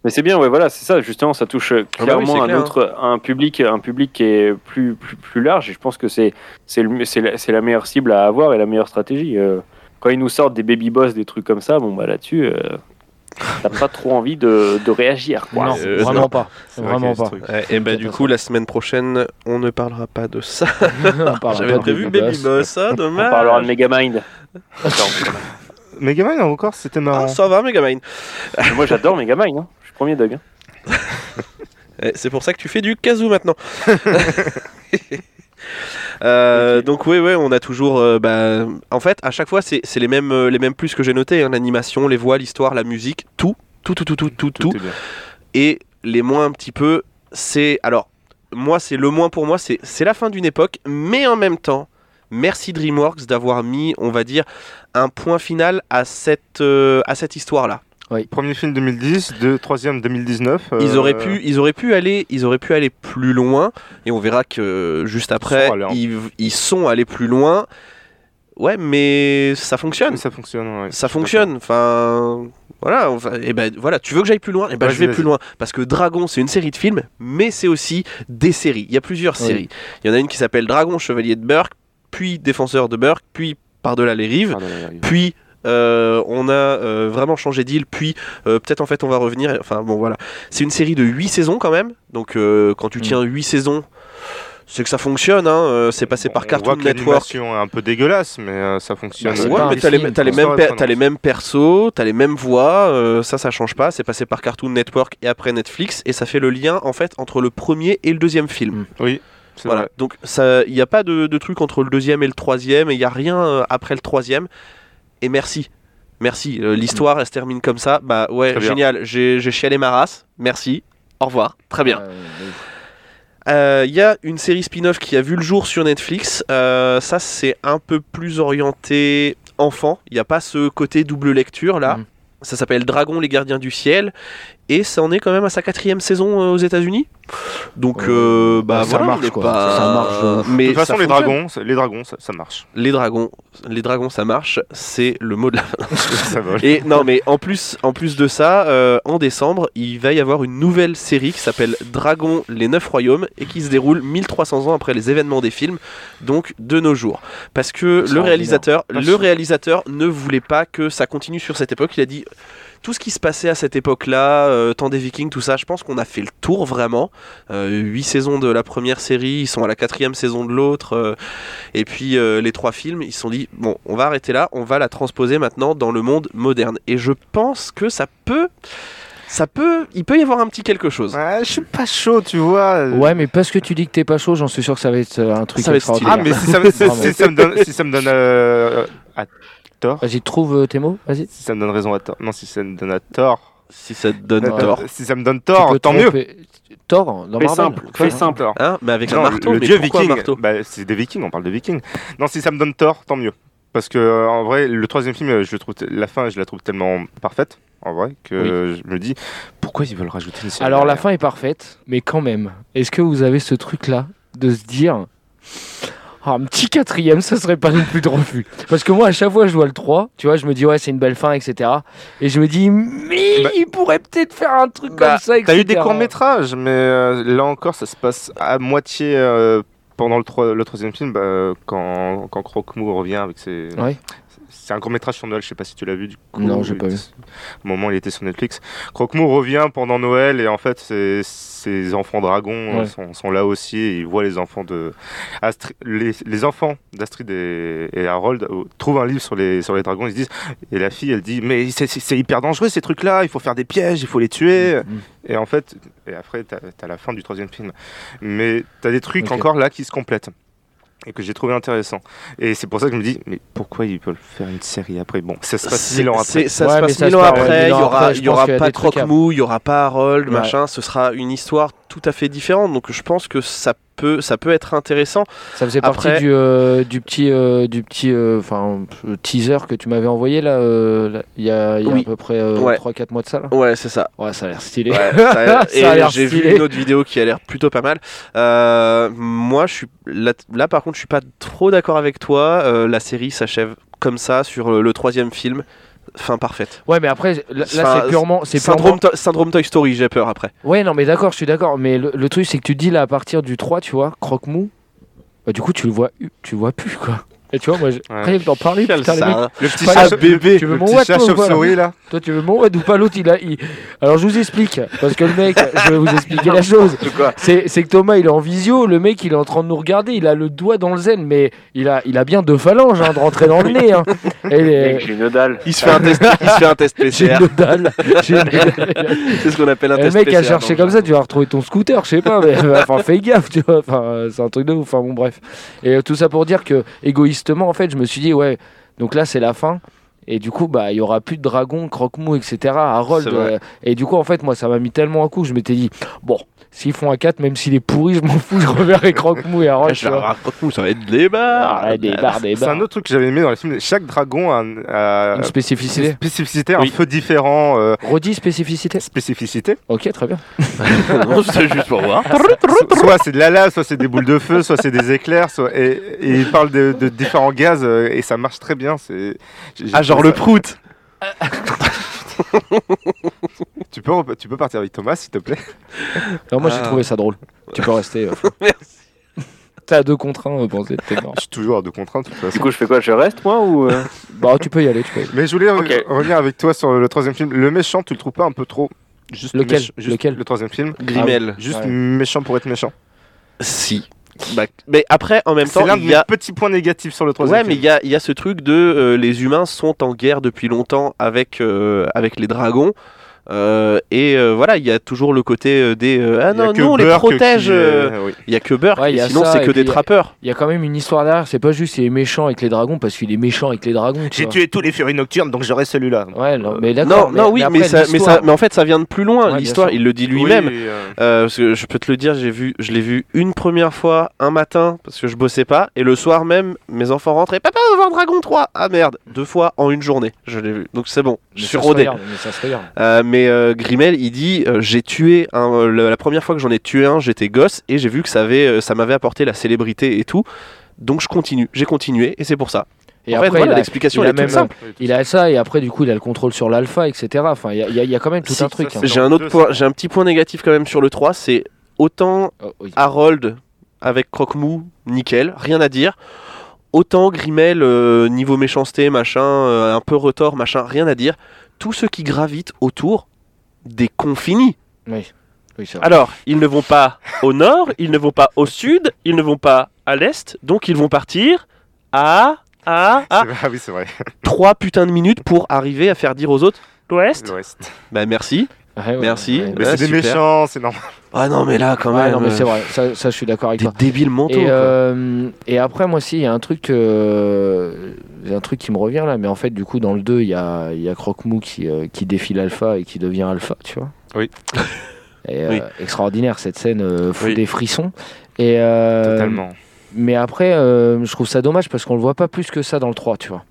[SPEAKER 6] Mais c'est bien, ouais, voilà, c'est ça, justement, ça touche
[SPEAKER 1] Ah
[SPEAKER 6] euh,
[SPEAKER 1] bah oui,
[SPEAKER 6] clairement
[SPEAKER 1] c'est
[SPEAKER 6] un
[SPEAKER 1] clair,
[SPEAKER 6] autre, un public, un public qui est plus, plus, plus large. Et je pense que c'est, c'est, le- c'est la, c'est la meilleure cible à avoir et la meilleure stratégie. Euh, Quand ils nous sortent des baby boss, des trucs comme ça, bon, bah
[SPEAKER 1] [LAUGHS]
[SPEAKER 6] là-dessus, euh, t'as pas trop envie de, de réagir, quoi.
[SPEAKER 3] Non,
[SPEAKER 1] euh,
[SPEAKER 3] vraiment
[SPEAKER 1] non.
[SPEAKER 3] pas. [LAUGHS]
[SPEAKER 5] C'est vrai
[SPEAKER 3] Vraiment
[SPEAKER 5] qu'il y a
[SPEAKER 3] pas.
[SPEAKER 5] ce truc.
[SPEAKER 1] Ouais, et bah du coup, la semaine prochaine, on ne parlera pas de ça.
[SPEAKER 3] On parlera pas
[SPEAKER 1] J'avais
[SPEAKER 3] de
[SPEAKER 1] prévu
[SPEAKER 3] Baby
[SPEAKER 1] Baby Boss, ah, dommage.
[SPEAKER 6] On parlera de Megamind.
[SPEAKER 5] Megamind encore, c'était marrant.
[SPEAKER 1] Ah, ça va, Megamind.
[SPEAKER 6] Mais Moi, j'adore Megamind, hein. je suis premier Doug. hein.
[SPEAKER 1] Eh, C'est pour ça que tu fais du kazoo maintenant. Euh, donc oui, ouais, on a toujours. euh, bah, en fait, à chaque fois, c'est c'est les mêmes, euh, les mêmes plus que j'ai notés. hein, L'animation, les voix, l'histoire, la musique, tout, tout, tout, tout, tout, tout, tout.
[SPEAKER 5] Tout est bien.
[SPEAKER 1] Et les moins un petit peu, c'est alors moi, c'est le moins pour moi, c'est c'est la fin d'une époque, mais en même temps, merci DreamWorks d'avoir mis, on va dire, un point final à cette euh, à cette histoire là.
[SPEAKER 5] Premier film 2010, deux, troisième 2019.
[SPEAKER 1] Ils
[SPEAKER 5] euh,
[SPEAKER 1] auraient pu, ils auraient pu aller, ils auraient pu aller plus loin, et on verra que euh, juste après,
[SPEAKER 5] sont allés en-
[SPEAKER 1] ils, ils sont allés plus loin. Ouais, mais ça fonctionne.
[SPEAKER 5] mais Ça fonctionne, ouais.
[SPEAKER 1] Ça fonctionne. Enfin, voilà. et ben voilà, tu veux que j'aille plus loin Et ben
[SPEAKER 5] Vas-y,
[SPEAKER 1] je vais
[SPEAKER 5] vas-y.
[SPEAKER 1] plus loin parce que Dragon, c'est une série de films, mais c'est aussi des séries. Il y a plusieurs
[SPEAKER 3] Oui.
[SPEAKER 1] séries. Il y en a une qui s'appelle Dragon, Chevalier de Burke, puis Défenseur de Burke, puis Par-delà les rives.
[SPEAKER 6] Pardon, j'arrive.
[SPEAKER 1] Puis euh, on a euh, vraiment changé d'île. Puis euh, peut-être en fait on va revenir. Enfin bon voilà. C'est une série de 8 saisons quand même. Donc euh, quand tu
[SPEAKER 3] Mm.
[SPEAKER 1] tiens 8 saisons, c'est que ça fonctionne. hein. Euh, C'est passé par
[SPEAKER 5] On
[SPEAKER 1] Cartoon
[SPEAKER 5] voit que
[SPEAKER 1] Network.
[SPEAKER 5] l'animation est un peu dégueulasse, mais euh, ça fonctionne.
[SPEAKER 3] Bah, c'est
[SPEAKER 1] Ouais,
[SPEAKER 3] pas un
[SPEAKER 1] mais t'as
[SPEAKER 3] film,
[SPEAKER 1] les, t'as les
[SPEAKER 5] quoi.
[SPEAKER 1] mêmes
[SPEAKER 5] Ça
[SPEAKER 1] per-
[SPEAKER 5] reste
[SPEAKER 1] t'as les mêmes persos, t'as les mêmes voix, euh, ça ça change pas, c'est passé par Cartoon Network et après Netflix et ça fait le lien en fait entre le premier et le deuxième film.
[SPEAKER 3] Mm.
[SPEAKER 5] Oui, c'est
[SPEAKER 1] Voilà,
[SPEAKER 5] vrai.
[SPEAKER 1] donc ça, il n'y a pas de, de truc entre le deuxième et le troisième, et il n'y a rien euh, après le troisième. Et merci, merci. Euh, L'histoire, elle se termine comme ça. Bah ouais,
[SPEAKER 5] Très bien.
[SPEAKER 1] génial. J'ai j'ai chialé ma race. Merci. Au revoir. Très bien.
[SPEAKER 3] Euh,
[SPEAKER 1] Euh, Il y a une série spin-off qui a vu le jour sur Netflix. Euh, ça, c'est un peu plus orienté enfant. Il n'y a pas ce côté double lecture là.
[SPEAKER 3] Mhm.
[SPEAKER 1] Ça s'appelle Dragon, les gardiens du ciel. Et ça en est quand même à sa quatrième saison euh, aux États-Unis. Donc, euh,
[SPEAKER 3] Euh,
[SPEAKER 1] bah,
[SPEAKER 3] ça
[SPEAKER 1] voilà,
[SPEAKER 3] marche,
[SPEAKER 1] on est
[SPEAKER 3] quoi.
[SPEAKER 1] pas-
[SPEAKER 3] Ça marche, euh,
[SPEAKER 1] Mais
[SPEAKER 5] De toute façon,
[SPEAKER 1] ça
[SPEAKER 5] les
[SPEAKER 1] fonctionne.
[SPEAKER 5] dragons, ça- les dragons, ça, ça
[SPEAKER 1] [LAUGHS]
[SPEAKER 5] marche.
[SPEAKER 1] Les dragons, les dragons, ça marche. C'est le mot de la.
[SPEAKER 5] ça vole.
[SPEAKER 1] Et non, mais en plus, en plus de ça, euh, en décembre, il va y avoir une nouvelle série qui s'appelle Dragon, les Neuf Royaumes et qui se déroule 1300 ans après les événements des films, donc de nos jours. Parce que le
[SPEAKER 3] Extraordinaire.
[SPEAKER 1] réalisateur, le
[SPEAKER 3] sûr.
[SPEAKER 1] réalisateur ne voulait pas que ça continue sur cette époque. Il a dit tout ce qui se passait à cette époque-là, euh, temps des Vikings, tout ça. Je pense qu'on a fait le tour vraiment. Euh, Huit saisons de la première série, ils sont à la quatrième saison de l'autre. euh, et puis euh, les trois films, ils se sont dit bon, on va arrêter là, on va la transposer maintenant dans le monde moderne. Et je pense que ça peut, ça peut, il peut y avoir un petit quelque chose.
[SPEAKER 5] Ouais, je suis pas chaud, tu vois.
[SPEAKER 3] Ouais, mais parce que tu dis que t'es pas chaud, j'en suis sûr que ça va être euh, un truc
[SPEAKER 1] Ça va être stylé.
[SPEAKER 5] Ah,
[SPEAKER 3] extraordinaire.
[SPEAKER 5] mais si ça, me- si-
[SPEAKER 3] Bravo.
[SPEAKER 5] si ça me donne, si ça me donne, euh, à
[SPEAKER 1] Ah,
[SPEAKER 5] tort,
[SPEAKER 3] Vas-y, trouve euh, tes mots, vas-y.
[SPEAKER 5] si ça me donne raison à tort, non, si ça me donne à tort,
[SPEAKER 1] Si ça te donne
[SPEAKER 5] Euh,
[SPEAKER 3] Ouais.
[SPEAKER 1] tort.
[SPEAKER 5] si ça me donne
[SPEAKER 3] Tu
[SPEAKER 5] tort,
[SPEAKER 3] peux
[SPEAKER 5] tant mieux.
[SPEAKER 3] tromper- Tort, dans
[SPEAKER 6] Fais
[SPEAKER 3] Marvel.
[SPEAKER 6] simple,
[SPEAKER 3] Quoi,
[SPEAKER 6] fais
[SPEAKER 3] hein.
[SPEAKER 6] simple.
[SPEAKER 5] Tort.
[SPEAKER 1] Hein, mais avec
[SPEAKER 5] Non,
[SPEAKER 1] un marteau,
[SPEAKER 5] le
[SPEAKER 1] mais
[SPEAKER 5] dieu
[SPEAKER 1] pourquoi un
[SPEAKER 5] viking,
[SPEAKER 1] marteau
[SPEAKER 5] bah, c'est des vikings, on parle de vikings. Non, si ça me donne tort, tant mieux. Parce que euh, en vrai, le troisième film, euh, je le trouve, t- la fin, je la trouve tellement parfaite, en vrai, que
[SPEAKER 3] Oui.
[SPEAKER 5] euh, je me dis pourquoi ils veulent rajouter une série.
[SPEAKER 3] Alors la
[SPEAKER 5] derrière
[SPEAKER 3] fin est parfaite, mais quand même, est-ce que vous avez ce truc-là de se dire Ah, un petit quatrième, ça serait pas non plus de refus Parce que moi, à chaque fois, je vois le 3, tu vois, je me dis ouais, c'est une belle fin, etc. Et je me dis, mais
[SPEAKER 5] Bah-
[SPEAKER 3] il pourrait peut-être faire un truc
[SPEAKER 5] Bah,
[SPEAKER 3] comme ça, etc.
[SPEAKER 5] T'as eu des courts métrages, mais euh, là encore, ça se passe à moitié euh, pendant le, troi- le troisième film, bah, euh, quand, quand Croque-Mou revient avec ses.
[SPEAKER 3] Ouais.
[SPEAKER 5] C'est un court métrage sur Noël, je sais pas si tu l'as vu du coup.
[SPEAKER 3] Non, j'ai
[SPEAKER 5] il-
[SPEAKER 3] pas vu.
[SPEAKER 5] Au moment, il était sur Netflix. Croque-Mou revient pendant Noël et en fait, ses, ses enfants dragons euh,
[SPEAKER 3] Ouais.
[SPEAKER 5] sont, sont là aussi et ils voient les enfants de. Astri- les, les enfants d'Astrid et, et Harold euh, trouvent un livre sur les, sur les dragons. Ils se disent. Et la fille, elle dit Mais c'est- c'est c'est hyper dangereux ces trucs-là, il faut faire des pièges, il faut les tuer.
[SPEAKER 3] Mhm.
[SPEAKER 5] Et en fait, et après, t'as as la fin du troisième film. Mais t'as des trucs
[SPEAKER 3] Ok.
[SPEAKER 5] encore là qui se complètent et que j'ai trouvé intéressant. Et c'est pour ça que je me dis, mais pourquoi ils veulent faire une série après Bon, ça se passe
[SPEAKER 1] C'est-
[SPEAKER 5] mille ans après.
[SPEAKER 1] c'est- Ça
[SPEAKER 3] Ouais,
[SPEAKER 1] se
[SPEAKER 3] mais
[SPEAKER 1] passe
[SPEAKER 3] ça
[SPEAKER 1] mille
[SPEAKER 3] se
[SPEAKER 1] ans
[SPEAKER 3] passe, ouais,
[SPEAKER 1] après, il
[SPEAKER 3] mille
[SPEAKER 1] y
[SPEAKER 3] ans
[SPEAKER 1] aura,
[SPEAKER 3] après, je
[SPEAKER 1] il y aura
[SPEAKER 3] pense qu'il y a
[SPEAKER 1] pas
[SPEAKER 3] des trucs à-
[SPEAKER 1] Croque-Mou, il y aura pas Harold,
[SPEAKER 3] Ouais.
[SPEAKER 1] machin, ce sera une histoire tout à fait différente, donc je pense que ça peut, ça peut être intéressant.
[SPEAKER 3] Ça faisait partie
[SPEAKER 1] Après-
[SPEAKER 3] du, euh, du petit, euh, du petit euh, enfin, euh, teaser que tu m'avais envoyé là, euh, là, il y a, il y a
[SPEAKER 1] Oui.
[SPEAKER 3] à peu près euh,
[SPEAKER 1] Ouais.
[SPEAKER 3] 3-4 mois de ça. Là.
[SPEAKER 1] Ouais, c'est ça.
[SPEAKER 3] Ouais, ça a
[SPEAKER 1] [LAUGHS]
[SPEAKER 3] l'air stylé.
[SPEAKER 1] Ouais, ça-
[SPEAKER 3] [LAUGHS] Ça a
[SPEAKER 1] et
[SPEAKER 3] l'air
[SPEAKER 1] j'ai vu
[SPEAKER 3] stylé.
[SPEAKER 1] une autre vidéo qui a l'air plutôt pas mal. Euh, moi, je suis là, là, par contre, je suis pas trop d'accord avec toi. Euh, la série s'achève comme ça sur le, le euh, troisième film. fin parfaite.
[SPEAKER 3] Ouais, mais après, là,
[SPEAKER 1] Enfin,
[SPEAKER 3] c'est purement. c'est purement-
[SPEAKER 1] Syndrome, To- Syndrome Toy Story, j'ai peur après.
[SPEAKER 3] Ouais, non, mais d'accord, je suis d'accord. Mais le, le truc, c'est que tu dis là, à partir du 3, tu vois, croque-mou, bah, du coup, tu le vois, tu le vois plus, quoi. Et tu vois, moi, j'ai-
[SPEAKER 5] Ouais.
[SPEAKER 3] rien que d'en parler,
[SPEAKER 1] Quel
[SPEAKER 3] putain, les mecs.
[SPEAKER 1] ça,
[SPEAKER 5] Le petit
[SPEAKER 3] Pas
[SPEAKER 5] chat,
[SPEAKER 3] grave.
[SPEAKER 5] bébé,
[SPEAKER 3] Tu veux
[SPEAKER 5] le
[SPEAKER 3] mon
[SPEAKER 5] petit
[SPEAKER 3] what,
[SPEAKER 5] chat
[SPEAKER 3] toi, ou pas,
[SPEAKER 5] chauve-souris là.
[SPEAKER 3] Toi, tu veux mon Wad ou pas l'autre il a, il- Alors, je vous explique, parce que le mec, je vais vous expliquer la chose. C'est c'est que Thomas, il est en visio, le mec, il est en train de nous regarder, il a le doigt dans le zen, mais il a, il a bien deux phalanges hein, de rentrer dans le nez. Hein. Et, euh,
[SPEAKER 6] Mec, j'ai une dalle.
[SPEAKER 1] Il se fait un test, il se fait un test
[SPEAKER 3] [LAUGHS] j'ai
[SPEAKER 1] PCR.
[SPEAKER 3] une dalle. J'ai une dalle.
[SPEAKER 1] C'est ce qu'on appelle un
[SPEAKER 3] Et Le
[SPEAKER 1] test
[SPEAKER 3] mec
[SPEAKER 1] PCR.
[SPEAKER 3] a cherché comme ça, tu vas retrouver ton scooter, je sais pas, mais [LAUGHS] mais enfin fais gaffe, tu vois, enfin euh, c'est un truc de ouf, enfin bon bref. Et euh, tout ça pour dire que égoïstement en fait, je me suis dit ouais, donc là c'est la fin. Et du coup, bah, il y aura plus de dragon, croque-mou, etc. Harold.
[SPEAKER 5] C'est vrai.
[SPEAKER 3] euh, et du coup, en fait, moi, ça m'a mis tellement à coup. Je m'étais dit, bon, s'ils font un 4, même s'il est pourri, je m'en fous, je
[SPEAKER 5] [LAUGHS]
[SPEAKER 3] reverrai croque-mou et Harold.
[SPEAKER 1] Je
[SPEAKER 3] tu
[SPEAKER 1] vais
[SPEAKER 3] vois.
[SPEAKER 1] avoir un croque-mou, ça va être des barres. [LAUGHS]
[SPEAKER 3] Ah, des barres, des
[SPEAKER 5] C'est
[SPEAKER 3] barres.
[SPEAKER 5] un autre euh, truc que j'avais aimé dans les films. Chaque dragon a, un- a
[SPEAKER 3] Une
[SPEAKER 5] une
[SPEAKER 3] spécificité.
[SPEAKER 5] spécificité, un
[SPEAKER 6] Oui.
[SPEAKER 5] feu différent, euh,
[SPEAKER 3] Redis spécificité.
[SPEAKER 5] spécificité.
[SPEAKER 3] Ok, très bien.
[SPEAKER 1] Non, c'est juste pour voir.
[SPEAKER 3] Ah,
[SPEAKER 5] So- soit c'est de la lave, soit c'est des boules de feu, soit c'est des éclairs, soit... et, et il parle de, de différents gaz euh, et ça marche très bien. c'est- j'ai- j'ai
[SPEAKER 1] Ah, genre
[SPEAKER 5] trouvé
[SPEAKER 1] le
[SPEAKER 5] ça-
[SPEAKER 1] prout.
[SPEAKER 5] [LAUGHS] Tu peux, rep- tu peux partir avec Thomas, s'il te plaît.
[SPEAKER 3] Alors, moi,
[SPEAKER 1] Ah.
[SPEAKER 3] j'ai trouvé ça drôle. Tu peux rester.
[SPEAKER 5] [LAUGHS]
[SPEAKER 3] euh, Flo. T'as deux contre un, euh, bon, c'est- t'es mort.
[SPEAKER 5] Je suis toujours à deux contraintes, de toute
[SPEAKER 6] Du
[SPEAKER 5] façon.
[SPEAKER 6] coup, je fais quoi Je reste, moi ou euh
[SPEAKER 3] Bah, tu peux y aller, tu peux y aller.
[SPEAKER 5] Mais je voulais re-
[SPEAKER 6] Ok.
[SPEAKER 5] revenir avec toi sur le troisième film. Le méchant, tu le trouves pas un peu trop juste
[SPEAKER 3] Lequel
[SPEAKER 5] méch- juste
[SPEAKER 3] Lequel
[SPEAKER 5] Le troisième film.
[SPEAKER 1] Grimel.
[SPEAKER 5] Juste
[SPEAKER 3] Ouais.
[SPEAKER 5] méchant pour être méchant.
[SPEAKER 1] Si. Bah, mais après, en même
[SPEAKER 5] C'est
[SPEAKER 1] temps,
[SPEAKER 5] l'un de
[SPEAKER 1] il
[SPEAKER 5] mes
[SPEAKER 1] y a.
[SPEAKER 5] petits points négatifs sur le
[SPEAKER 1] Ouais,
[SPEAKER 5] troisième
[SPEAKER 1] mais il
[SPEAKER 5] film.
[SPEAKER 1] y a, il y a ce truc de euh, les humains sont en guerre depuis longtemps avec, euh, avec les dragons. Euh, et euh, voilà, il y a toujours le côté euh, des euh, Ah
[SPEAKER 5] Il y a
[SPEAKER 1] non,
[SPEAKER 5] que
[SPEAKER 1] nous on les
[SPEAKER 5] Burke
[SPEAKER 1] protège.
[SPEAKER 5] qui,
[SPEAKER 1] euh,
[SPEAKER 5] euh, oui.
[SPEAKER 1] Il y a que Burke,
[SPEAKER 3] Ouais, il y
[SPEAKER 1] et
[SPEAKER 3] a
[SPEAKER 1] sinon
[SPEAKER 3] ça,
[SPEAKER 1] c'est
[SPEAKER 3] et
[SPEAKER 1] que
[SPEAKER 3] puis
[SPEAKER 1] des
[SPEAKER 3] il y a-
[SPEAKER 1] trappeurs.
[SPEAKER 3] Il y a quand même une histoire derrière, c'est pas juste il est méchant avec les dragons parce qu'il est méchant avec les dragons. tu vois.
[SPEAKER 5] tué tous les furies nocturnes, donc j'aurai celui-là.
[SPEAKER 3] Ouais, non, mais
[SPEAKER 1] Non,
[SPEAKER 3] d'accord.
[SPEAKER 1] non, oui, mais,
[SPEAKER 3] après, hein.
[SPEAKER 1] ça, mais,
[SPEAKER 3] l'histoire-
[SPEAKER 1] ça- mais en fait, ça vient de plus loin.
[SPEAKER 3] Ouais, bien
[SPEAKER 1] L'histoire,
[SPEAKER 3] sûr.
[SPEAKER 1] il le dit lui-même.
[SPEAKER 5] Oui, euh,
[SPEAKER 1] Euh, parce que je peux te le dire, j'ai vu, je l'ai vu une première fois un matin parce que je bossais pas, et le soir même, mes enfants rentraient. Papa, on va voir Dragon 3 Ah merde, deux fois en une journée, je l'ai vu. Donc c'est bon,
[SPEAKER 3] mais
[SPEAKER 1] je
[SPEAKER 3] ça
[SPEAKER 1] suis
[SPEAKER 3] se
[SPEAKER 1] rodé.
[SPEAKER 3] regarde, mais ça se regarde.
[SPEAKER 1] Euh, mais euh, Grimel, il dit euh, j'ai tué un, euh, le- la première fois que j'en ai tué un, j'étais gosse et j'ai vu que ça avait, euh, ça m'avait apporté la célébrité et tout. Donc je continue, j'ai continué et c'est pour ça.
[SPEAKER 3] Et
[SPEAKER 1] en
[SPEAKER 3] après,
[SPEAKER 1] fait, voilà,
[SPEAKER 3] il, a,
[SPEAKER 1] l'explication
[SPEAKER 3] il a
[SPEAKER 1] elle est toute
[SPEAKER 3] même- euh,
[SPEAKER 1] simple.
[SPEAKER 3] il a ça, et après, du coup, il a le contrôle sur l'alpha, etc. Enfin, il y a- il y, a- il y a quand même tout
[SPEAKER 1] Si,
[SPEAKER 3] un truc.
[SPEAKER 5] ça,
[SPEAKER 3] hein.
[SPEAKER 5] c'est-
[SPEAKER 1] J'ai un
[SPEAKER 5] deux,
[SPEAKER 1] autre
[SPEAKER 5] ça.
[SPEAKER 1] point, j'ai un petit point négatif quand même sur le 3, c'est autant
[SPEAKER 3] Oh, oui.
[SPEAKER 1] Ah. Harold avec Croque-Mou, nickel, rien à dire. Autant Grimel, euh, niveau méchanceté, machin, euh, un peu retort, machin, rien à dire. Tous ceux qui gravitent autour des confinis.
[SPEAKER 3] Oui. Oui, c'est vrai.
[SPEAKER 1] Alors, ils ne vont pas au nord, ils ne vont pas au sud, ils ne vont pas à l'est, donc ils vont partir à, à, à
[SPEAKER 5] c'est- Ah oui, c'est vrai.
[SPEAKER 1] trois putains de minutes pour arriver à faire dire aux autres l'ouest.
[SPEAKER 5] L'Ouest.
[SPEAKER 1] Bah merci.
[SPEAKER 3] Ouais, ouais,
[SPEAKER 1] Merci.
[SPEAKER 3] ouais,
[SPEAKER 5] Mais
[SPEAKER 1] Ah,
[SPEAKER 5] c'est des
[SPEAKER 1] super.
[SPEAKER 5] méchants, c'est normal.
[SPEAKER 1] Ah non, mais là, quand
[SPEAKER 3] Ouais,
[SPEAKER 1] même,
[SPEAKER 3] non, mais
[SPEAKER 1] euh,
[SPEAKER 3] c'est vrai, ça, ça, je suis d'accord avec
[SPEAKER 1] des
[SPEAKER 3] toi.
[SPEAKER 1] débiles mentaux.
[SPEAKER 3] Et,
[SPEAKER 1] quoi.
[SPEAKER 3] euh, et après, moi aussi, il y a un truc, euh, il y a un truc qui me revient là, mais en fait, du coup, dans le 2, il y a, il y a Croque-Mou qui, euh, qui défie l'alpha et qui devient alpha, tu vois.
[SPEAKER 5] Oui.
[SPEAKER 3] [LAUGHS] Et, euh,
[SPEAKER 1] Oui.
[SPEAKER 3] Extraordinaire cette scène, euh, fout
[SPEAKER 1] Oui.
[SPEAKER 3] des frissons. Et, euh,
[SPEAKER 5] Totalement.
[SPEAKER 3] Mais après, euh, je trouve ça dommage parce qu'on le voit pas plus que ça dans le 3, tu vois.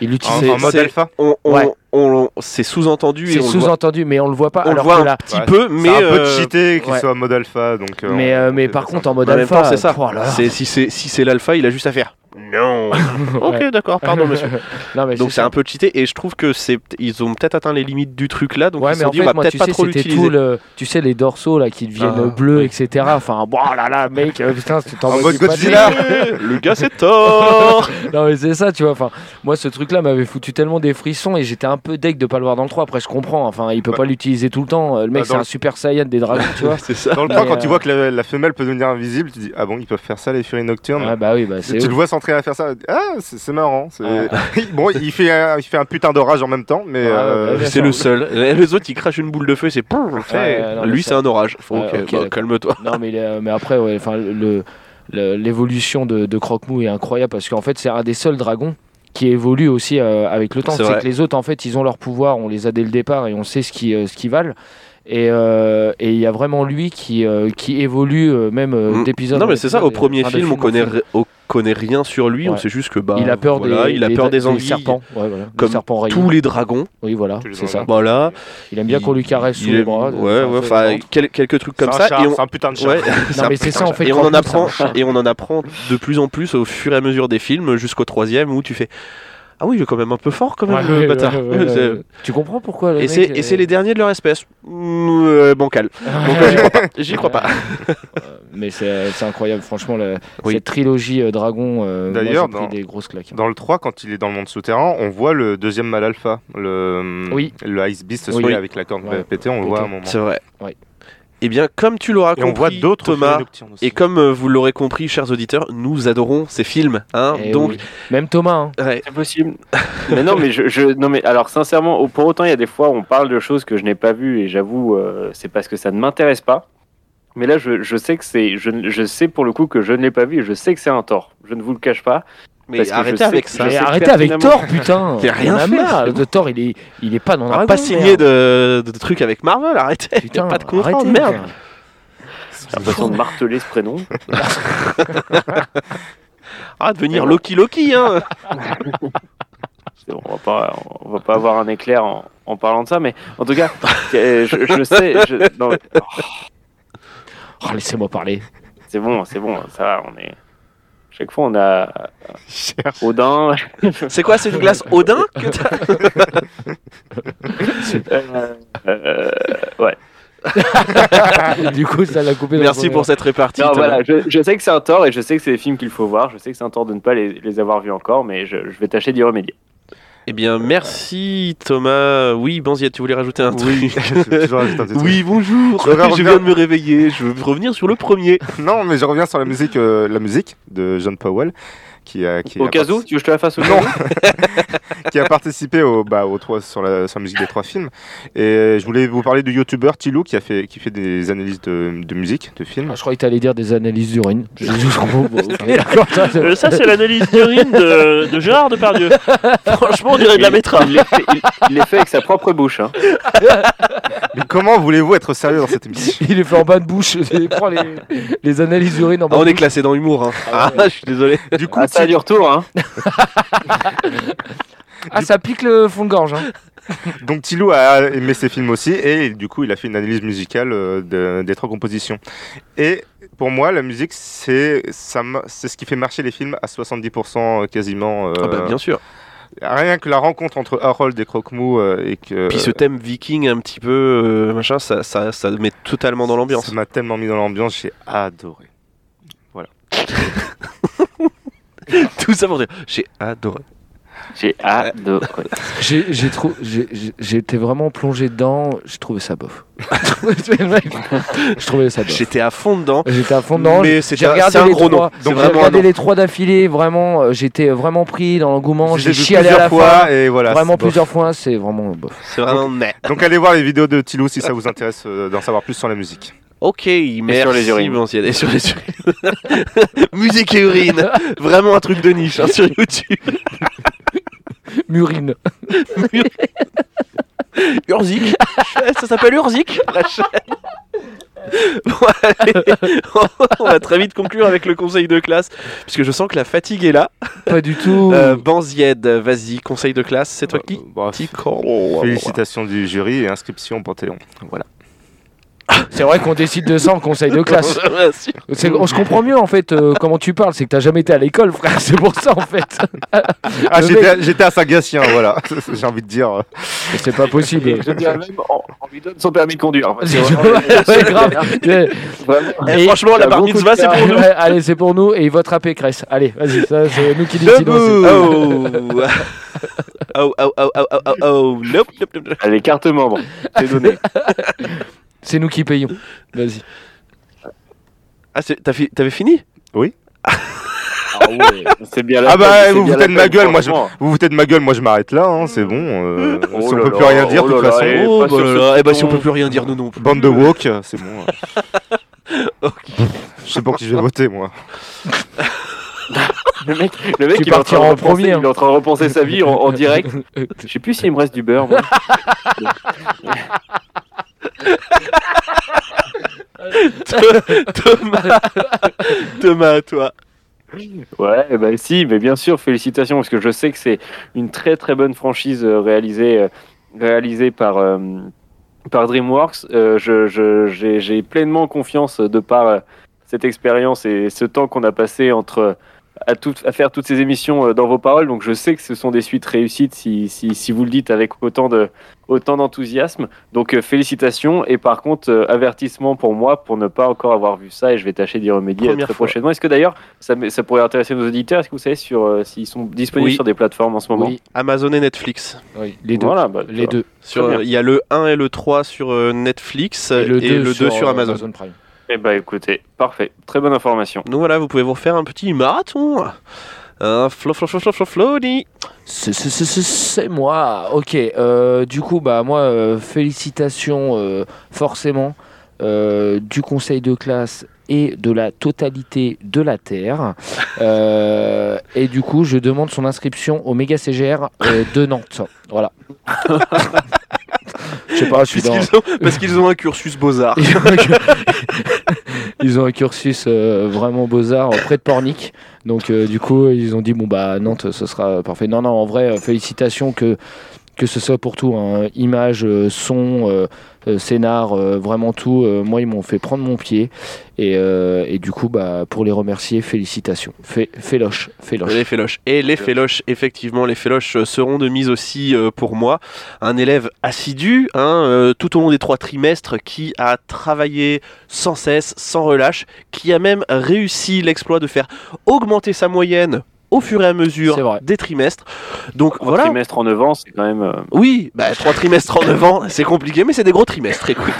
[SPEAKER 3] Il
[SPEAKER 5] En,
[SPEAKER 3] l'utilise.
[SPEAKER 1] c'est-
[SPEAKER 5] en mode
[SPEAKER 1] c'est-
[SPEAKER 5] alpha
[SPEAKER 1] On- on-
[SPEAKER 3] Ouais.
[SPEAKER 1] on- c'est sous-entendu et
[SPEAKER 3] C'est
[SPEAKER 1] Ah, on le voit,
[SPEAKER 3] sous-entendu, mais on le voit pas.
[SPEAKER 1] on le
[SPEAKER 3] alors
[SPEAKER 1] voit
[SPEAKER 3] que
[SPEAKER 1] un
[SPEAKER 3] là-
[SPEAKER 1] petit
[SPEAKER 5] Ouais,
[SPEAKER 1] peu, mais
[SPEAKER 5] C'est un peu
[SPEAKER 1] euh,
[SPEAKER 5] cheaté qu'il
[SPEAKER 3] ouais.
[SPEAKER 5] soit en mode alpha. Donc, euh,
[SPEAKER 3] mais,
[SPEAKER 5] on-
[SPEAKER 3] euh,
[SPEAKER 5] on
[SPEAKER 3] mais
[SPEAKER 5] fait
[SPEAKER 3] par
[SPEAKER 5] ça.
[SPEAKER 3] contre, en mode
[SPEAKER 1] en même
[SPEAKER 3] alpha,
[SPEAKER 1] temps, c'est ça.
[SPEAKER 3] oh là là.
[SPEAKER 1] C'est- si c'est si c'est l'alpha, il a juste à faire. Non. [LAUGHS] ok, d'accord.
[SPEAKER 3] [LAUGHS]
[SPEAKER 1] Pardon, monsieur.
[SPEAKER 3] non, mais
[SPEAKER 1] Donc c'est
[SPEAKER 3] ça.
[SPEAKER 1] un peu cheaté et je trouve que c'est ils ont peut-être atteint les limites du truc là. Donc
[SPEAKER 3] ouais,
[SPEAKER 1] ils se
[SPEAKER 3] mais
[SPEAKER 1] sont
[SPEAKER 3] en
[SPEAKER 1] dit
[SPEAKER 3] fait,
[SPEAKER 1] on va
[SPEAKER 3] moi,
[SPEAKER 1] peut-être
[SPEAKER 3] tu
[SPEAKER 1] pas
[SPEAKER 3] sais,
[SPEAKER 1] trop
[SPEAKER 3] c'était tout
[SPEAKER 1] [LAUGHS] l'utiliser.
[SPEAKER 3] le, tu sais, les dorsaux là qui deviennent
[SPEAKER 1] Ah,
[SPEAKER 3] euh, bleus, etc. Enfin, bon, oh là là, mec, euh, putain, tu t'en
[SPEAKER 5] En
[SPEAKER 3] vas
[SPEAKER 5] mode
[SPEAKER 3] du pâté. [LAUGHS]
[SPEAKER 5] Godzilla
[SPEAKER 1] Ah, Le gars c'est tort.
[SPEAKER 3] Non, mais c'est ça, tu vois. Enfin, moi, ce truc-là m'avait foutu tellement des frissons et j'étais un peu deg de pas le voir dans le 3. Après, je comprends. Enfin, il peut
[SPEAKER 5] Bah.
[SPEAKER 3] pas l'utiliser tout le temps. Euh, Le mec,
[SPEAKER 5] Bah, dans
[SPEAKER 3] c'est
[SPEAKER 5] le-
[SPEAKER 3] un super saiyan des dragons,
[SPEAKER 1] [LAUGHS]
[SPEAKER 3] tu vois.
[SPEAKER 1] c'est ça.
[SPEAKER 5] Dans le 3,
[SPEAKER 3] Mais,
[SPEAKER 5] quand
[SPEAKER 3] euh,
[SPEAKER 5] tu vois que la, la femelle peut devenir invisible, tu dis Ah bon, ils peuvent faire ça, les furies nocturnes
[SPEAKER 3] Ouais, bah oui, bah c'est.
[SPEAKER 5] Tu le
[SPEAKER 3] ouf.
[SPEAKER 5] vois s'entraîner à faire ça, ah, c'est c'est marrant. c'est- bon, [LAUGHS] il fait, un, il fait un putain d'orage en même temps, mais.
[SPEAKER 3] Ouais, ouais,
[SPEAKER 5] euh,
[SPEAKER 3] ouais,
[SPEAKER 1] C'est le seul. Et Les autres ils crachent une boule de feu, c'est
[SPEAKER 3] Ouais, non, mais
[SPEAKER 1] lui
[SPEAKER 3] ça-
[SPEAKER 1] c'est un orage. Faut-
[SPEAKER 3] Ouais,
[SPEAKER 1] ok,
[SPEAKER 3] ok,
[SPEAKER 1] bah,
[SPEAKER 3] d'accord.
[SPEAKER 1] calme-toi.
[SPEAKER 3] Non, mais, euh, mais après, ouais, enfin, le, le- l'évolution de, de Croque-Mou est incroyable parce qu'en fait, c'est un des seuls dragons qui évolue aussi euh, avec le temps.
[SPEAKER 1] C'est
[SPEAKER 3] C'est
[SPEAKER 1] vrai.
[SPEAKER 3] que les autres, en fait, ils ont leur pouvoir, on les a dès le départ et on sait ce qu'ils, euh, ce qu'ils valent. Et euh, et il y a vraiment lui qui, euh, qui évolue euh, même euh,
[SPEAKER 1] Mm.
[SPEAKER 3] d'épisode.
[SPEAKER 1] Non
[SPEAKER 3] en
[SPEAKER 1] mais c'est ça.
[SPEAKER 3] épisode,
[SPEAKER 1] Au
[SPEAKER 3] et-
[SPEAKER 1] premier
[SPEAKER 3] enfin, de
[SPEAKER 1] film on
[SPEAKER 3] en
[SPEAKER 1] connaît ri- on connaît rien sur lui. On
[SPEAKER 3] Ouais.
[SPEAKER 1] sait juste que bah
[SPEAKER 3] Il a peur
[SPEAKER 1] voilà,
[SPEAKER 3] des,
[SPEAKER 1] il a peur des
[SPEAKER 3] des
[SPEAKER 1] envies.
[SPEAKER 3] serpents. Ouais, voilà. Des
[SPEAKER 1] Comme
[SPEAKER 3] serpents rayés.
[SPEAKER 1] Tous les dragons.
[SPEAKER 3] Oui, voilà,
[SPEAKER 5] Tous les
[SPEAKER 3] c'est ça.
[SPEAKER 5] dragons.
[SPEAKER 1] Voilà.
[SPEAKER 3] Il aime bien qu'on lui caresse sous
[SPEAKER 1] il
[SPEAKER 3] les
[SPEAKER 1] aime-
[SPEAKER 3] bras.
[SPEAKER 1] Ouais, ouais,
[SPEAKER 3] Enfin,
[SPEAKER 1] enfin, quel- quelques trucs comme
[SPEAKER 5] c'est
[SPEAKER 1] ça.
[SPEAKER 5] un char,
[SPEAKER 1] et on...
[SPEAKER 5] C'est un putain de chat.
[SPEAKER 1] Ouais, c'est
[SPEAKER 3] Non,
[SPEAKER 1] un
[SPEAKER 3] mais c'est ça, hein. en fait.
[SPEAKER 1] et on en
[SPEAKER 3] Croque-Mou, c'est un
[SPEAKER 1] apprend
[SPEAKER 3] chat.
[SPEAKER 1] et on en apprend de plus en plus au fur et à mesure des films jusqu'au troisième où tu fais Ah oui, il est quand même un peu fort, quand même,
[SPEAKER 3] Ouais,
[SPEAKER 1] le
[SPEAKER 3] ouais,
[SPEAKER 1] bâtard.
[SPEAKER 3] ouais,
[SPEAKER 1] [LAUGHS]
[SPEAKER 3] ouais,
[SPEAKER 1] C'est-
[SPEAKER 3] ouais. Tu comprends pourquoi le
[SPEAKER 1] Et
[SPEAKER 3] mec,
[SPEAKER 1] c'est, et
[SPEAKER 3] euh,
[SPEAKER 1] c'est les derniers de leur espèce. Mmh, euh, bancal. Donc euh, j'y crois pas. J'y crois pas.
[SPEAKER 3] Euh, Mais c'est c'est incroyable, franchement, la-
[SPEAKER 1] Oui.
[SPEAKER 3] cette trilogie euh, Dragon, euh, moi,
[SPEAKER 5] D'ailleurs,
[SPEAKER 3] j'ai pris
[SPEAKER 5] dans-
[SPEAKER 3] des grosses claques.
[SPEAKER 5] Dans le 3, quand il est dans le monde souterrain, on voit le deuxième mal alpha, le,
[SPEAKER 3] Oui.
[SPEAKER 5] le Ice Beast,
[SPEAKER 3] Oui.
[SPEAKER 5] celui avec la corne
[SPEAKER 3] Ouais.
[SPEAKER 5] pétée, on le
[SPEAKER 3] Pété.
[SPEAKER 5] voit à un moment.
[SPEAKER 1] [LAUGHS] C'est vrai.
[SPEAKER 3] Ouais.
[SPEAKER 1] Eh bien, comme tu l'auras
[SPEAKER 5] Et
[SPEAKER 1] compris,
[SPEAKER 5] on voit d'autres
[SPEAKER 1] Thomas,
[SPEAKER 5] nocturnes aussi.
[SPEAKER 1] et comme euh, vous l'aurez compris, chers auditeurs, nous adorons ces films. Hein,
[SPEAKER 3] Eh
[SPEAKER 1] donc,
[SPEAKER 3] oui. Même Thomas, hein.
[SPEAKER 1] ouais,
[SPEAKER 6] C'est possible. [LAUGHS] mais non, mais je, je- non, mais alors sincèrement, au- pour autant, il y a des fois où on parle de choses que je n'ai pas vues et j'avoue, euh, c'est parce que ça ne m'intéresse pas. Mais là, je, je sais que c'est, je, ne- je sais pour le coup que je ne l'ai pas vu et je sais que c'est un tort. Je ne vous le cache pas.
[SPEAKER 1] mais
[SPEAKER 6] Parce que je
[SPEAKER 1] arrêtez
[SPEAKER 6] sais
[SPEAKER 1] avec
[SPEAKER 6] que
[SPEAKER 1] ça.
[SPEAKER 6] je
[SPEAKER 3] Mais
[SPEAKER 6] sais
[SPEAKER 3] arrêtez avec
[SPEAKER 6] pertinemment-
[SPEAKER 3] Thor, putain
[SPEAKER 1] [LAUGHS] Il a rien
[SPEAKER 3] On a
[SPEAKER 1] fait,
[SPEAKER 3] marre.
[SPEAKER 1] c'est
[SPEAKER 3] De Thor, il est, il est pas dans
[SPEAKER 1] On
[SPEAKER 3] Dragon.
[SPEAKER 1] n'a pas signé
[SPEAKER 3] Ah
[SPEAKER 1] de,
[SPEAKER 3] merde.
[SPEAKER 1] de trucs avec Marvel, arrêtez. Il n'y
[SPEAKER 3] Putain,
[SPEAKER 1] a pas de contrat,
[SPEAKER 3] arrêtez,
[SPEAKER 1] merde.
[SPEAKER 3] putain.
[SPEAKER 6] J'ai l'impression de marteler ce prénom.
[SPEAKER 1] Arrête de venir Ah, Loki Loki. Hein.
[SPEAKER 6] C'est bon, on va pas, on va pas avoir un éclair en, en parlant de ça, mais en tout cas, [LAUGHS] euh, je, je sais. je- non, mais- oh,
[SPEAKER 3] Oh, Laissez-moi parler. [LAUGHS]
[SPEAKER 6] c'est bon, c'est bon, ça va, on est. Chaque fois, on a
[SPEAKER 5] Cherche.
[SPEAKER 6] [LAUGHS] Odin.
[SPEAKER 1] C'est quoi, c'est une glace Odin que t'as
[SPEAKER 6] euh, euh,
[SPEAKER 3] du coup, ça l'a coupé. dans
[SPEAKER 1] Merci
[SPEAKER 3] le-
[SPEAKER 1] pour cette répartie.
[SPEAKER 6] non,
[SPEAKER 1] Thomas.
[SPEAKER 6] voilà, je, je sais que c'est un tort et je sais que c'est des films qu'il faut voir. Je sais que c'est un tort de ne pas les, les avoir vus encore, mais je, je vais tâcher d'y remédier.
[SPEAKER 1] Eh bien, merci Thomas. Oui, Banzier, tu voulais rajouter un
[SPEAKER 5] Oui, [LAUGHS]
[SPEAKER 1] truc
[SPEAKER 5] je vais toujours rajouter un petit
[SPEAKER 1] [LAUGHS]
[SPEAKER 5] truc.
[SPEAKER 1] Oui, bonjour.
[SPEAKER 5] Je reviens-
[SPEAKER 1] Je viens de me réveiller. Je veux revenir sur le premier.
[SPEAKER 5] Non, mais je reviens sur la musique, euh, la musique de John Powell, qui a, qui
[SPEAKER 6] Au
[SPEAKER 5] a
[SPEAKER 6] cas
[SPEAKER 5] parti-
[SPEAKER 6] où, tu veux que je te la fasse ou
[SPEAKER 5] Non. qui a participé au, bah, aux trois, sur, la, sur la musique des trois films. Et euh, je voulais vous parler du youtubeur Tilou qui, a fait, qui fait des analyses de, de musique, de films.
[SPEAKER 3] Ah, je croyais que t'allais dire des
[SPEAKER 1] [LAUGHS]
[SPEAKER 3] analyses d'urine. J'ai juste- bon, bon, ok, d'accord, ça, c'est-
[SPEAKER 9] Euh, ça, c'est l'analyse d'urine de, de Gérard Depardieu. Franchement, on dirait de la métra.
[SPEAKER 6] Il l'a fait, il- il l'a fait avec sa propre bouche. [LAUGHS] hein.
[SPEAKER 5] Mais comment voulez-vous être sérieux dans cette émission
[SPEAKER 3] Il est fait en bas de bouche. [LAUGHS] Il prend les, les analyses d'urine en
[SPEAKER 1] Ah,
[SPEAKER 3] bas
[SPEAKER 1] on
[SPEAKER 3] de
[SPEAKER 1] est classé dans humour. Hein. Ah, [LAUGHS] je suis désolé.
[SPEAKER 5] Du coup,
[SPEAKER 6] Ah, ça a du retour. Hein.
[SPEAKER 3] bouche. Ah, ça pique le fond de gorge. hein.
[SPEAKER 5] Donc Tilou a aimé ces films aussi et du coup il a fait une analyse musicale euh, de- des trois compositions. Et pour moi la musique c'est ça ma- c'est ce qui fait marcher les films à 70% quasiment. euh,
[SPEAKER 1] Ah bah, bien sûr.
[SPEAKER 5] Rien que la rencontre entre Harold et Croque-Mou euh, et que
[SPEAKER 1] Puis ce thème viking un petit peu euh, machin, ça, ça, ça met totalement dans l'ambiance.
[SPEAKER 5] ça m'a tellement mis dans l'ambiance j'ai adoré.
[SPEAKER 1] [LAUGHS] Tout ça pour dire, j'ai adoré.
[SPEAKER 6] J'ai [LAUGHS] adoré.
[SPEAKER 3] [LAUGHS] J'ai- j'ai trop- j'ai- j'ai- J'étais vraiment plongé dedans. Je trouvais ça bof. je trouvais ça bof.
[SPEAKER 1] J'étais à fond dedans.
[SPEAKER 3] J'étais à fond dedans.
[SPEAKER 1] mais c'était
[SPEAKER 3] J'ai
[SPEAKER 1] un, c'est
[SPEAKER 3] regardé
[SPEAKER 1] un
[SPEAKER 3] les
[SPEAKER 1] gros nom.
[SPEAKER 3] trois.
[SPEAKER 1] Donc
[SPEAKER 3] J'ai
[SPEAKER 1] vraiment un
[SPEAKER 3] regardé
[SPEAKER 1] nom.
[SPEAKER 3] les trois d'affilée. Vraiment, euh, j'étais vraiment pris dans l'engouement.
[SPEAKER 5] Je l'ai
[SPEAKER 3] J'ai
[SPEAKER 5] vu
[SPEAKER 3] chialé à la
[SPEAKER 5] plusieurs
[SPEAKER 3] fois.
[SPEAKER 5] fois et voilà.
[SPEAKER 3] vraiment
[SPEAKER 5] c'est bon.
[SPEAKER 3] plusieurs fois. C'est vraiment
[SPEAKER 1] [LAUGHS]
[SPEAKER 3] bof.
[SPEAKER 1] C'est vraiment net.
[SPEAKER 5] Donc allez voir les vidéos de Tilou si ça vous intéresse euh, d'en savoir plus sur la musique.
[SPEAKER 1] Ok, merci.
[SPEAKER 6] sur les urines.
[SPEAKER 1] Bon, et sur les urines. [LAUGHS] Musique et urine. Vraiment un truc de niche hein, sur YouTube.
[SPEAKER 3] Murine.
[SPEAKER 1] Urzik. Ça s'appelle Urzik. La chaîne. [LAUGHS] Bon, allez, [LAUGHS] on va très vite conclure avec le conseil de classe, puisque je sens que la fatigue est là.
[SPEAKER 3] Pas du tout.
[SPEAKER 1] Euh, Banzied, vas-y, conseil de classe, c'est toi qui
[SPEAKER 5] Euh, bah,
[SPEAKER 1] t'y crois.
[SPEAKER 5] Félicitations du jury et inscription au Panthéon. Voilà.
[SPEAKER 3] C'est vrai qu'on décide de ça en conseil de
[SPEAKER 1] [LAUGHS]
[SPEAKER 3] classe.
[SPEAKER 1] Ouais, si.
[SPEAKER 3] C'est- On se comprend mieux en fait euh, comment tu parles. C'est que t'as jamais été à l'école, frère. [LAUGHS] C'est pour ça en fait.
[SPEAKER 5] Ah,
[SPEAKER 3] Le
[SPEAKER 5] j'étais à- j'étais à Saint-Gatien, voilà. [LAUGHS] J'ai envie de dire. euh,
[SPEAKER 3] Mais C'est pas possible.
[SPEAKER 6] Je dirais même, on, on lui donne son permis de conduire.
[SPEAKER 3] [LAUGHS] C'est
[SPEAKER 6] [LAUGHS]
[SPEAKER 3] ouais, grave. Ouais.
[SPEAKER 6] Vraiment.
[SPEAKER 1] Eh, franchement, la
[SPEAKER 3] Bah,
[SPEAKER 6] t'as
[SPEAKER 1] bar
[SPEAKER 6] beaucoup de
[SPEAKER 1] mitzvah, c'est pour nous.
[SPEAKER 3] Ouais, [LAUGHS] allez, c'est pour nous et il votera Pécresse. Allez, vas-y, ça c'est nous qui
[SPEAKER 6] [LAUGHS]
[SPEAKER 3] décidons. c'est-
[SPEAKER 1] Debout Oh, [LAUGHS] oh, oh, oh, oh, oh, oh, nope, nope, nope, nope.
[SPEAKER 6] Allez, carte membre. C'est donné.
[SPEAKER 3] C'est nous qui payons. Vas-y.
[SPEAKER 1] Ah, c'est- t'as fi- t'avais fini
[SPEAKER 6] Ah C'est bien la
[SPEAKER 5] Ah bah,
[SPEAKER 6] peine,
[SPEAKER 5] vous
[SPEAKER 6] c'est bien
[SPEAKER 5] foutez de
[SPEAKER 6] la
[SPEAKER 5] ma
[SPEAKER 6] peine,
[SPEAKER 5] gueule, moi, je-
[SPEAKER 6] franchement.
[SPEAKER 5] Vous vous foutez de ma gueule, moi je m'arrête là, hein, c'est bon. euh,
[SPEAKER 6] Oh
[SPEAKER 5] si on
[SPEAKER 6] là
[SPEAKER 5] peut
[SPEAKER 6] là,
[SPEAKER 5] plus rien dire, de
[SPEAKER 6] oh
[SPEAKER 5] toute
[SPEAKER 6] là là,
[SPEAKER 5] façon.
[SPEAKER 6] et- pas sur ce
[SPEAKER 1] Eh bah, si on
[SPEAKER 6] ton.
[SPEAKER 1] peut plus rien dire, nous non plus.
[SPEAKER 5] Bande de woke, euh, c'est
[SPEAKER 6] [LAUGHS]
[SPEAKER 5] bon. euh.
[SPEAKER 1] Ok.
[SPEAKER 5] Je sais pas pour qui je vais voter, moi.
[SPEAKER 6] Le mec, le mec
[SPEAKER 3] Tu
[SPEAKER 6] il, est en train
[SPEAKER 3] partiras
[SPEAKER 6] de
[SPEAKER 3] en
[SPEAKER 6] repenser-
[SPEAKER 3] premier, hein.
[SPEAKER 6] il est en train de repenser sa vie en, en [LAUGHS] direct.
[SPEAKER 3] Euh,
[SPEAKER 6] Je sais plus s'il me reste du beurre. moi.
[SPEAKER 1] [LAUGHS] Thomas Thomas, à toi
[SPEAKER 6] Ouais, bah si, mais bien sûr, félicitations, parce que je sais que c'est une très très bonne franchise euh, réalisée, euh, réalisée par, euh, par DreamWorks. Euh, je- je- J'ai j'ai pleinement confiance euh, de par euh, cette expérience et ce temps qu'on a passé entre à, tout- à faire toutes ces émissions euh, dans vos paroles. Donc je sais que ce sont des suites réussites si, si, si vous le dites avec autant de autant d'enthousiasme. Donc euh, félicitations et par contre euh, avertissement pour moi pour ne pas encore avoir vu ça et je vais tâcher d'y remédier
[SPEAKER 1] Première
[SPEAKER 6] très
[SPEAKER 1] fois.
[SPEAKER 6] prochainement. Est-ce que d'ailleurs ça, m- ça pourrait intéresser nos auditeurs Est-ce que vous savez sur euh, s'ils sont disponibles
[SPEAKER 1] Oui.
[SPEAKER 6] sur des plateformes en ce moment
[SPEAKER 3] Oui,
[SPEAKER 1] Amazon et Netflix.
[SPEAKER 3] oui, les deux.
[SPEAKER 6] Voilà, bah,
[SPEAKER 3] Les deux.
[SPEAKER 1] Sur,
[SPEAKER 6] bien.
[SPEAKER 1] euh, il y a le 1 et le 3 sur euh, Netflix et le 2, sur, Amazon.
[SPEAKER 3] Prime.
[SPEAKER 6] Eh bah écoutez, parfait, très bonne information.
[SPEAKER 1] Donc voilà, vous pouvez vous refaire un petit marathon. Un flo flo flo flo flo flowdy.
[SPEAKER 3] C'est- C'est c'est- c'est- c'est moi. Ok. euh, du coup, bah moi, euh, félicitations euh, forcément euh, du conseil de classe et de la totalité de la Terre. Euh, et du coup, je demande son inscription au méga CGR euh, de Nantes. Voilà. Je sais pas, je suis dans.
[SPEAKER 1] Puisqu'ils ont- Parce qu'ils ont un cursus beaux-arts.
[SPEAKER 3] [LAUGHS] Ils ont un cur- [LAUGHS] Ils ont un cursus euh, vraiment beaux-arts euh, près de Pornic. Donc, euh, du coup, ils ont dit bon, bah, Nantes, ce sera parfait. Non, non, en vrai, euh, félicitations que, que ce soit pour tout hein. image, euh, son, euh, euh, scénar, euh, vraiment tout. Euh, moi, ils m'ont fait prendre mon pied. Et, euh, et du coup, bah, pour les remercier, félicitations. Fé- Féloche, féloche.
[SPEAKER 1] Les féloches. Et les féloches, effectivement, les féloches euh, seront de mise aussi euh, pour moi. Un élève assidu, hein, euh, tout au long des trois trimestres, qui a travaillé sans cesse, sans relâche, qui a même réussi l'exploit de faire augmenter sa moyenne au fur et à mesure
[SPEAKER 3] C'est vrai.
[SPEAKER 1] des trimestres. Donc
[SPEAKER 6] Un
[SPEAKER 1] voilà.
[SPEAKER 6] trimestre en 9 ans, c'est quand même. euh,
[SPEAKER 1] Oui, bah, trois trimestres en 9 ans, c'est compliqué, mais c'est des gros trimestres, écoute.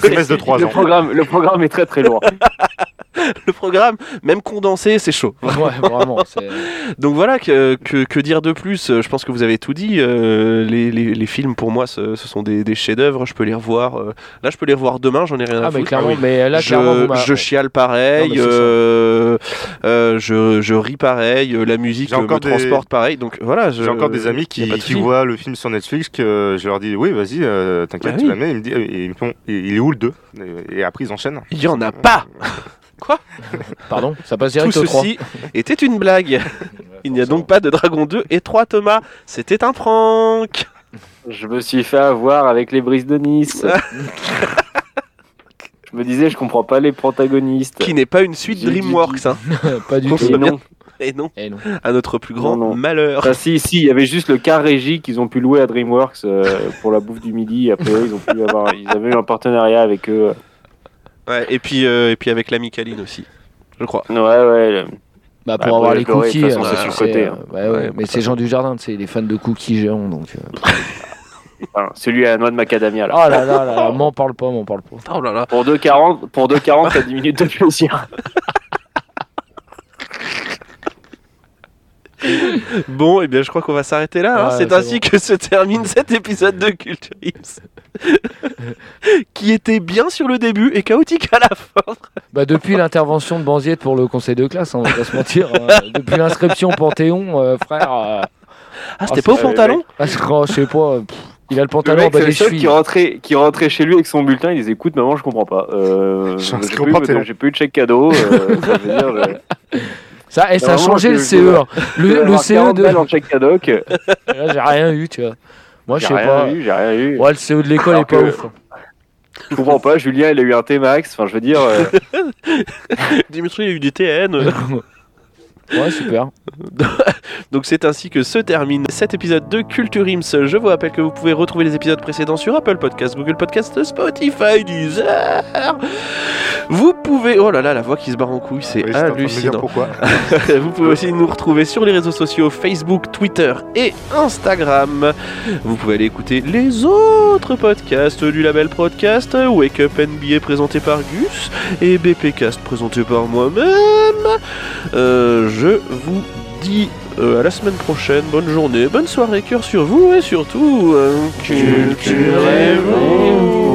[SPEAKER 5] trimestre de 3
[SPEAKER 6] le
[SPEAKER 5] ans.
[SPEAKER 6] programme, le programme est très très lourd.
[SPEAKER 1] [LAUGHS]
[SPEAKER 6] [LAUGHS]
[SPEAKER 1] Le programme, même condensé, c'est chaud.
[SPEAKER 3] [LAUGHS] Ouais, vraiment. c'est-
[SPEAKER 1] Donc voilà, que, que, que dire de plus Euh, Je pense que vous avez tout dit. Euh, les, les- les films, pour moi, ce, ce sont des, des chefs-d'œuvre. Je peux les revoir. euh, là, je peux les revoir demain, j'en ai rien à
[SPEAKER 3] Ah, mais
[SPEAKER 1] foutre.
[SPEAKER 3] clairement, mais là, clairement, vous
[SPEAKER 1] je,
[SPEAKER 3] m'avez-
[SPEAKER 1] je chiale pareil,
[SPEAKER 3] Non, mais c'est ça.
[SPEAKER 1] euh, euh, je, je ris pareil, euh, la musique
[SPEAKER 5] J'ai
[SPEAKER 1] euh, me
[SPEAKER 5] encore des-
[SPEAKER 1] transporte pareil. Donc voilà, je-
[SPEAKER 5] J'ai encore des amis qui,
[SPEAKER 1] y a pas de
[SPEAKER 5] qui
[SPEAKER 1] souci.
[SPEAKER 5] voient le film sur Netflix, que je leur dis oui, vas-y, euh, t'inquiète,
[SPEAKER 1] Bah oui.
[SPEAKER 5] tu la mets. Ils me disent, et ils me font, Et il est où le 2 et, et après ils enchaînent.
[SPEAKER 1] Il y en a Ah, pas.
[SPEAKER 3] Pardon, ça passe
[SPEAKER 1] Tout
[SPEAKER 3] direct au 3.
[SPEAKER 1] ceci était une
[SPEAKER 5] [LAUGHS]
[SPEAKER 1] blague. Il n'y a donc pas de Dragon 2 et 3 Thomas. C'était un prank.
[SPEAKER 6] Je me suis fait avoir avec les brises de Nice. je me disais, je comprends pas les protagonistes.
[SPEAKER 1] Qui n'est pas une suite
[SPEAKER 6] J'ai dit-
[SPEAKER 1] Dreamworks. hein.
[SPEAKER 3] [LAUGHS] Pas du
[SPEAKER 1] Qu'on
[SPEAKER 3] tout.
[SPEAKER 1] soit
[SPEAKER 6] Et non.
[SPEAKER 1] Et non,
[SPEAKER 3] Eh non.
[SPEAKER 1] à notre plus grand
[SPEAKER 6] Non, non.
[SPEAKER 1] malheur.
[SPEAKER 6] Enfin, si, si, il y avait juste le car régie qu'ils ont pu louer à DreamWorks euh, pour la bouffe du midi. Après, ils ont pu avoir, ils avaient eu un partenariat avec eux.
[SPEAKER 1] Ouais, et puis, euh, et puis avec l'ami Kaline aussi, je crois.
[SPEAKER 6] Ouais, ouais. le-
[SPEAKER 3] Bah
[SPEAKER 6] Bah,
[SPEAKER 3] pour
[SPEAKER 6] pour
[SPEAKER 3] avoir
[SPEAKER 6] les
[SPEAKER 3] les
[SPEAKER 6] Corées, de
[SPEAKER 3] cookies,
[SPEAKER 6] toute façon,
[SPEAKER 3] euh,
[SPEAKER 1] c'est
[SPEAKER 3] tu
[SPEAKER 6] surcoté,
[SPEAKER 3] sais,
[SPEAKER 6] hein.
[SPEAKER 3] euh, ouais, ouais,
[SPEAKER 1] Ouais,
[SPEAKER 3] mais c'est Jean du Jardin, tu sais, il est fan de cookies géants donc. euh.
[SPEAKER 6] enfin, celui à la noix de macadamia là.
[SPEAKER 3] Oh là là là, là, m'en parle pas, m'en parle pas.
[SPEAKER 1] Oh là là.
[SPEAKER 6] Pour 2,40, pour 2,40, t'as 10 minutes de plaisir.
[SPEAKER 1] Bon, et bien je crois qu'on va s'arrêter là. hein.
[SPEAKER 3] Ouais,
[SPEAKER 1] c'est
[SPEAKER 3] c'est
[SPEAKER 1] ainsi que se termine cet épisode de Culture Ips. [LAUGHS] qui était bien sur le début et chaotique à la fin.
[SPEAKER 3] Bah depuis l'intervention de Banziette pour le conseil de classe, hein, on va pas se mentir,
[SPEAKER 6] [LAUGHS]
[SPEAKER 3] hein. depuis l'inscription Panthéon, euh, frère, euh,
[SPEAKER 1] Ah, c'était
[SPEAKER 3] c'est-
[SPEAKER 1] pas au
[SPEAKER 6] euh,
[SPEAKER 1] pantalon
[SPEAKER 3] ah, je crois- je sais pas, euh, pff, il a le
[SPEAKER 6] Le
[SPEAKER 3] pantalon en
[SPEAKER 6] mec,
[SPEAKER 3] bas
[SPEAKER 6] c'est le
[SPEAKER 3] des
[SPEAKER 6] seul qui
[SPEAKER 3] chevilles.
[SPEAKER 6] rentrait, qui rentrait chez lui avec son bulletin. Il disait Écoute, maman, je comprends pas.
[SPEAKER 3] [LAUGHS]
[SPEAKER 6] Euh,
[SPEAKER 5] Je
[SPEAKER 6] j'ai pas eu-
[SPEAKER 5] comprends pas.
[SPEAKER 6] J'ai pas eu de chèque cadeau. euh, enfin, je veux dire, je-
[SPEAKER 3] Ça, eh, ça a
[SPEAKER 6] Normalement,
[SPEAKER 3] changé
[SPEAKER 6] je-
[SPEAKER 3] le
[SPEAKER 6] je-
[SPEAKER 3] CE. hein.
[SPEAKER 6] Je vais
[SPEAKER 3] Le, le
[SPEAKER 6] avoir
[SPEAKER 3] CE
[SPEAKER 6] 40
[SPEAKER 3] de...
[SPEAKER 6] balles en chèque cadoc.
[SPEAKER 3] Là, j'ai rien eu, tu vois. Moi, je
[SPEAKER 6] J'ai
[SPEAKER 3] sais
[SPEAKER 6] rien
[SPEAKER 3] pas.
[SPEAKER 6] eu, j'ai rien eu.
[SPEAKER 3] Ouais, le CE de l'école
[SPEAKER 6] Alors
[SPEAKER 3] est pas
[SPEAKER 6] que-
[SPEAKER 3] ouf.
[SPEAKER 6] Je comprends pas, Julien, il a eu un T-Max. Enfin, je veux dire, euh,
[SPEAKER 1] Dimitri a eu des [LAUGHS] TN.
[SPEAKER 3] hein.
[SPEAKER 6] [LAUGHS]
[SPEAKER 3] Ouais, super.
[SPEAKER 1] Donc c'est ainsi que se termine cet épisode de Culture Ims. Je vous rappelle que vous pouvez retrouver les épisodes précédents sur Apple Podcast, Google Podcast, Spotify, Deezer. Vous pouvez... Oh là là, la voix qui se barre en couille, c'est
[SPEAKER 5] Et j'étais en train de me dire
[SPEAKER 1] hallucinant.
[SPEAKER 5] pourquoi.
[SPEAKER 1] [LAUGHS] Vous pouvez aussi nous retrouver sur les réseaux sociaux Facebook, Twitter et Instagram. Vous pouvez aller écouter les autres podcasts du label Podcast, Wake Up NBA présenté par Gus et BPcast présenté par moi-même. Euh, je vous dis euh, à la semaine prochaine, bonne journée, bonne soirée, cœur sur vous et surtout, euh, culturez-vous.